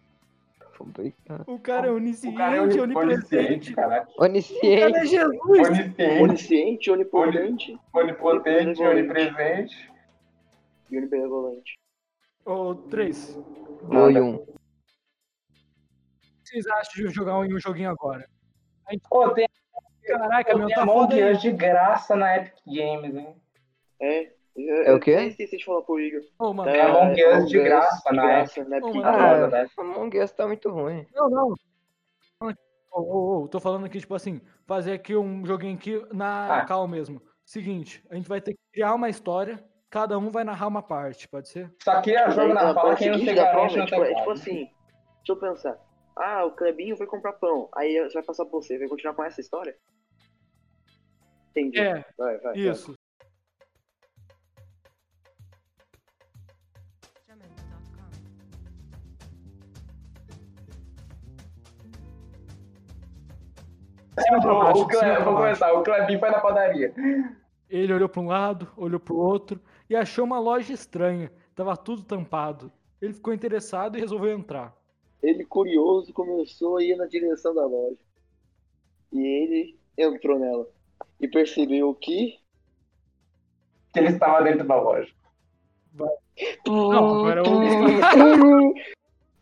Complicado.
O cara é onisciente,
O cara é onipresente,
onipresente.
caralho.
O cara
Onisciente.
é Jesus.
Onisciente.
Onisciente, onipotente
Onipotente, onipresente.
e onibenevolente.
Ô, três. O
Foi um.
que vocês acham de jogar um joguinho agora?
Pô, tem,
Caraca, meu,
tem
tá
Among
foda aí.
Us de graça na Epic Games, hein?
É.
É o quê?
Eu esqueci de falar pro Igor.
Ô, mano.
É.
Tem Among Us de graça
Ah, de
na Epic.
graça, né?
Ô,
Porque-
mano.
Ah,
né?
Among Us tá muito ruim.
Não, não. Ô, ô, ô, tô falando aqui, tipo assim, fazer aqui um joguinho aqui na
Ah.
cal mesmo. Seguinte, a gente vai ter que criar uma história, cada um vai narrar uma parte, pode ser?
Só que é jogo
Daí,
na fala,
parte
quem não
disso
tem
da
garante
prova,
não
tipo,
tem
é tipo
cara.
assim, deixa eu pensar. Ah, o Clebinho foi comprar pão. Aí você vai passar pra você, vai continuar com essa história? Entendi.
É,
Vai, vai, vai.
isso.
Drummond.com.
Ô,
Acho
o
que sim,
Cle-
eu
Vou
acho.
começar, o Clebinho foi na padaria.
Ele olhou pra um lado, olhou pro outro e achou uma loja estranha. Tava tudo tampado. Ele ficou interessado e resolveu entrar.
Ele, curioso, começou a ir na direção da loja. E ele entrou nela. E percebeu que.
Que ele estava dentro da loja.
Não, agora é o.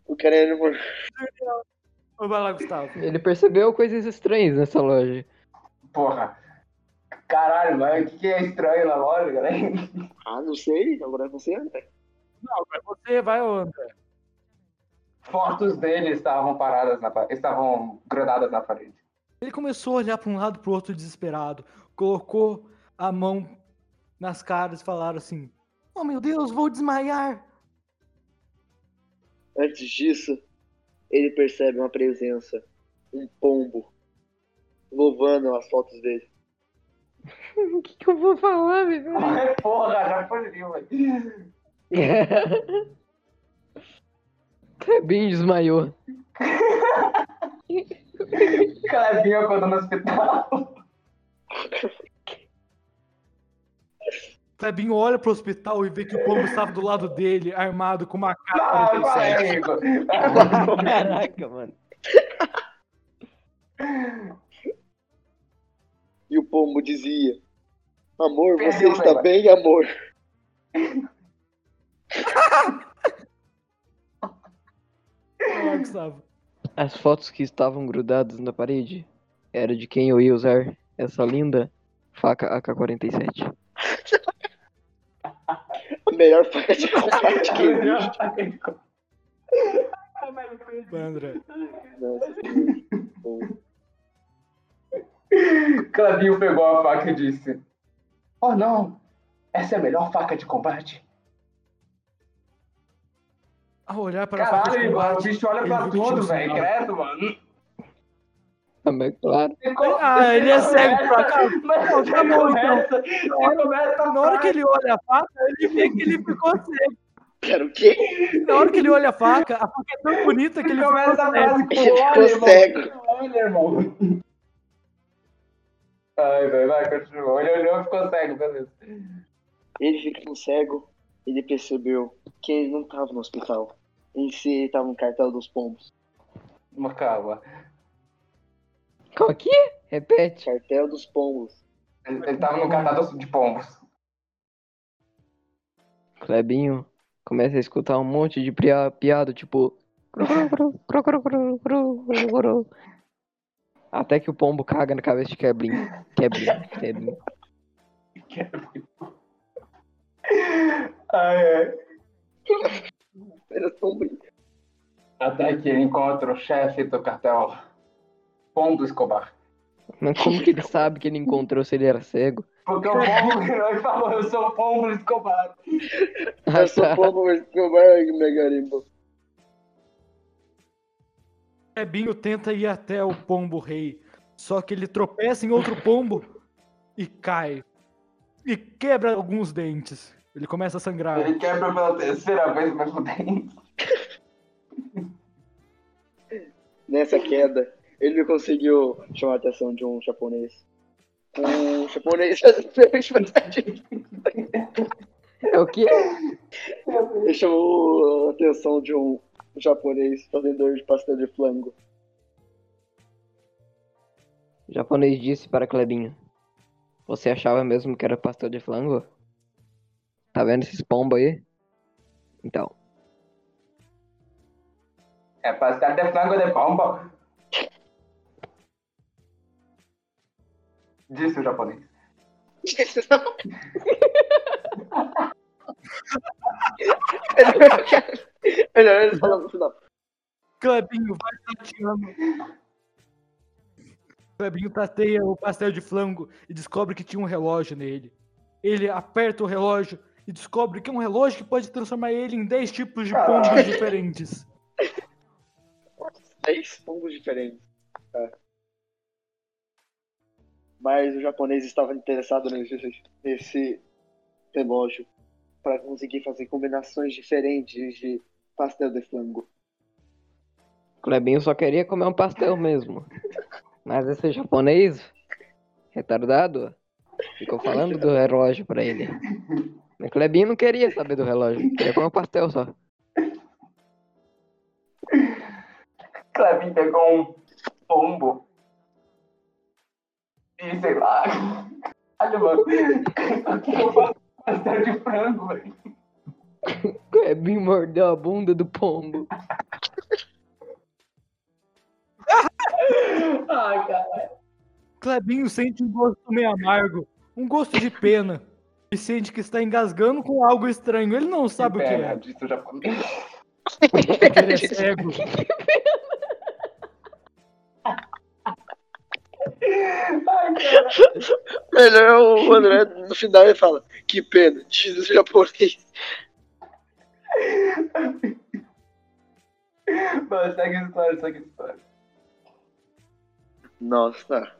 O cara era. um-
Ô, Vai lá, Gustavo.
Ele percebeu coisas estranhas nessa loja.
Porra. Caralho, mano, o que, que é estranho na loja, galera?
Ah, não sei, agora é você, André.
Não, agora você vai, ô André.
Fotos dele estavam paradas na parede. Estavam grudadas na parede.
Ele começou a olhar pra um lado e pro outro desesperado. Colocou a mão nas caras e falaram assim: Oh meu Deus, vou desmaiar!
Antes disso, ele percebe uma presença, um pombo, louvando as fotos dele.
O que, que eu vou falar, velho?
Porra, já fugiu, velho.
Clebinho desmaiou.
Clebinho acordou no hospital.
Clebinho olha pro hospital e vê que o pombo estava do lado dele, armado com uma
Ah,
capa.
fala aí, Igor.
Caraca, mano.
E o pombo dizia: Amor, você
Perdeu,
está
Leva.
bem, amor?
Vai lá, Gustavo.
As fotos que estavam grudadas na parede era de quem eu ia usar essa linda faca AK-47.
A melhor faca de combate que existe.
Vai, André.
Nossa, pombo.
Clebinho pegou a faca e disse: Oh não, essa é a melhor faca de combate.
Ao olhar para a faca de
Caralho, mano, o
combate,
bicho olha
ele
pra
viu que
tudo,
tinha um
velho.
sinal.
Credo, mano.
Ah, mas claro.
Ficou-
Ah, ele é cego, por acaso.
Mas
Não,
você
tá bom, então.
começa, você começa
Na hora que ele olha a faca, ele vê que ele ficou cego.
Cara, o quê?
Na hora que ele olha a faca, a faca é tão bonita que ele ficou
começa a
cego.
frase com
Ele
olha,
ficou
irmão.
cego.
Olha, irmão. Ai, velho, vai, continua. Ele olhou e ficou cego, beleza.
Ele ficou cego, ele percebeu que ele não estava no hospital. Em si, ele estava no cartel dos pombos.
Mas calma.
Qual que? é? Repete.
Cartel dos pombos.
Ele, ele tava no catador de pombos.
Clebinho começa a escutar um monte de pria- piada, tipo. cru, cru, cru, cru, cru, cru, cru, cru, cru. Até que o pombo caga na cabeça de Quebrinho. Quebrinho, Quebrinho.
Ah,
Ai,
é.
ai.
Eles tão brincando.
Até que ele encontra o chefe do cartel, Pombo Escobar.
Mas como que ele sabe que ele encontrou se ele era cego?
Porque o Pombo virou e falou, eu sou o Pombo Escobar.
Ah,
Eu sou
tá.
povo, mas meu bar me garimbo.
Clebinho tenta ir até o pombo rei, só que ele tropeça em outro pombo e cai. E quebra alguns dentes. Ele começa a sangrar.
Ele quebra pela terceira vez o mesmo dente.
Nessa queda, ele conseguiu chamar a atenção de um japonês. Um japonês
É o quê?
Ele chamou a atenção de um japonês fazendor de pastel de flango.
O japonês disse para Clebinho. Você achava mesmo que era pastel de flango? Tá vendo esses pombos aí? Então,
É pastel de flango de pombo. Disse o japonês.
Melhor ele falar no final.
Clebinho vai tateando. Clebinho tateia o pastel de flango e descobre que tinha um relógio nele. Ele aperta o relógio e descobre que é um relógio que pode transformar ele em 10 tipos de
Caralho.
pombos diferentes.
10 pombos diferentes. É. Mas o japonês estava interessado nesse, nesse relógio para conseguir fazer combinações diferentes de pastel de flango.
Clebinho só queria comer um pastel mesmo. Mas esse japonês, retardado, ficou falando do relógio pra ele. Mas Clebinho não queria saber do relógio, queria comer um pastel só.
Clevin pegou um pombo. E sei lá. Olha, mano. Eu faço pastel de frango, velho.
Clebinho mordeu a bunda do pombo.
Ai, cara.
Clebinho sente um gosto meio amargo, um gosto de pena. E sente que está engasgando com algo estranho. Ele não sabe o que
Pena,
é.
Disse o japonês.
porque Ele é cego.
Ai, cara.
Melhor é o André no final ele fala: Que pena, diz o japonês.
Mano, segue a história, segue a história.
Nossa.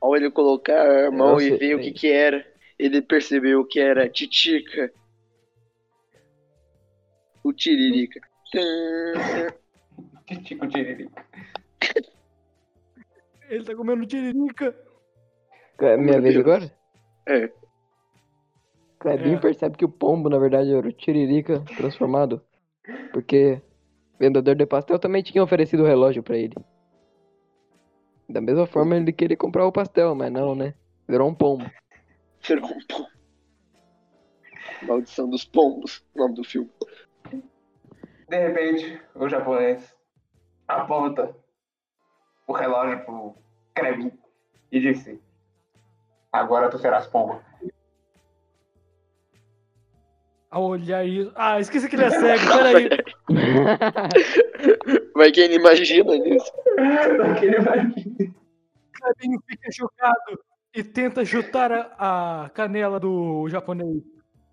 Ao ele colocar a mão
Eu
e
sei,
ver o
sei.
que que era, ele percebeu que era Titica. O Tiririca.
Titico Tiririca.
Ele tá comendo tiririca.
É minha
Meu
vez
Deus.
agora?
É.
Clebinho
É.
percebe que o pombo, na verdade, era o Tiririca transformado. Porque o vendedor de pastel também tinha oferecido o relógio pra ele. Da mesma forma, ele queria comprar o pastel, mas não, né? Virou um pombo.
Será um pombo. Maldição dos pombos, o nome do filme.
De repente, o japonês aponta o relógio pro Krevin e disse: Agora tu serás pombo.
Ao olhar isso. Ah, esqueci que ele é cego. Peraí.
Mas quem imagina isso?
Aquele vai-
Clebinho fica chocado e tenta chutar a, a canela do japonês.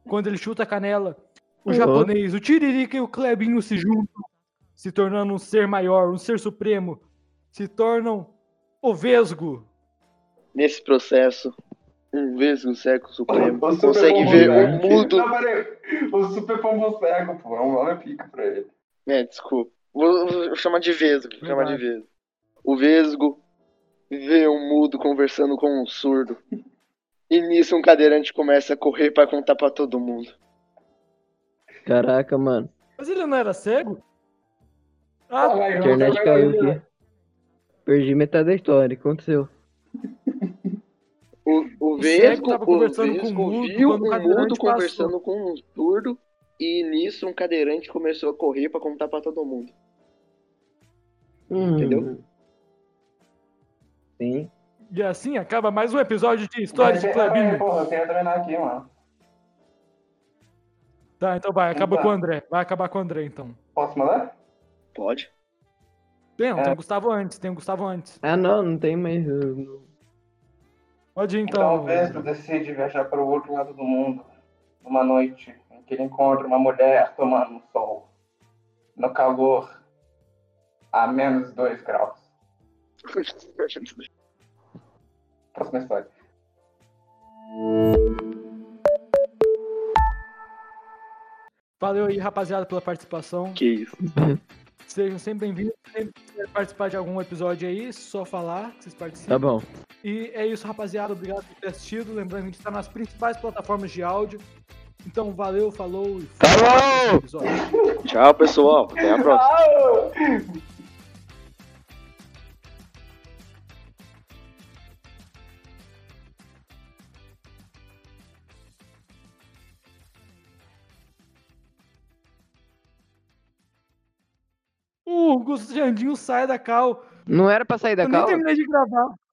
Quando ele chuta a canela, o
Uhum.
japonês, o Tiririca e o Clebinho se juntam, se tornando um ser maior, um ser supremo. Se tornam o Vesgo.
Nesse processo, um vesgo cego supremo
O super
consegue
pombo
ver o
cego.
mundo
Não, peraí. O super pombo cego, pô. É um nome pica pra ele.
É, desculpa. Vou, vou chamar de Vesgo. Vou chamar de Vesgo. O Vesgo vê um mudo conversando com um surdo. E nisso um cadeirante começa a correr pra contar pra todo mundo.
Caraca, mano.
Mas ele não era cego?
Ah,
Ah,
vai,
A
eu
internet
vou-
caiu aqui. Perdi metade da história. O que aconteceu?
O, o
O
Vesgo,
cego tava
o
conversando
Vesgo
com o mudo
viu
quando o
o
cadeirante
mudo
passou.
conversando com um surdo e nisso um cadeirante começou a correr pra contar pra todo mundo. Entendeu?
Sim.
E assim acaba mais um episódio de História
é,
de Clubinho.
Porra, eu tenho adrenalina aqui, mano.
Tá, então vai, acaba
Opa.
com o André. Vai acabar com o André, então.
Posso mandar?
Pode.
Tem, não,
É.
tem o Gustavo antes, tem o Gustavo antes.
Ah, não, não tem mais. uh,
Pode ir, então.
Então, o Vesgo decide viajar para o outro lado do mundo numa noite em que ele encontra uma mulher tomando um sol no calor a menos 2 graus. Próxima história.
Valeu aí, rapaziada, pela participação.
Que isso.
Sejam sempre bem-vindos. Sempre que quiser participar de algum episódio aí, só falar que vocês participam.
Tá bom.
E é isso, rapaziada. Obrigado por ter assistido. Lembrando que a gente está nas principais plataformas de áudio. Então, valeu, falou e fui.
Falou!
Até o episódio.
Tchau, pessoal. Até a próxima.
O Augusto Jandinho sai da cal.
Não era pra sair da
Eu nem
calma?
terminei de gravar.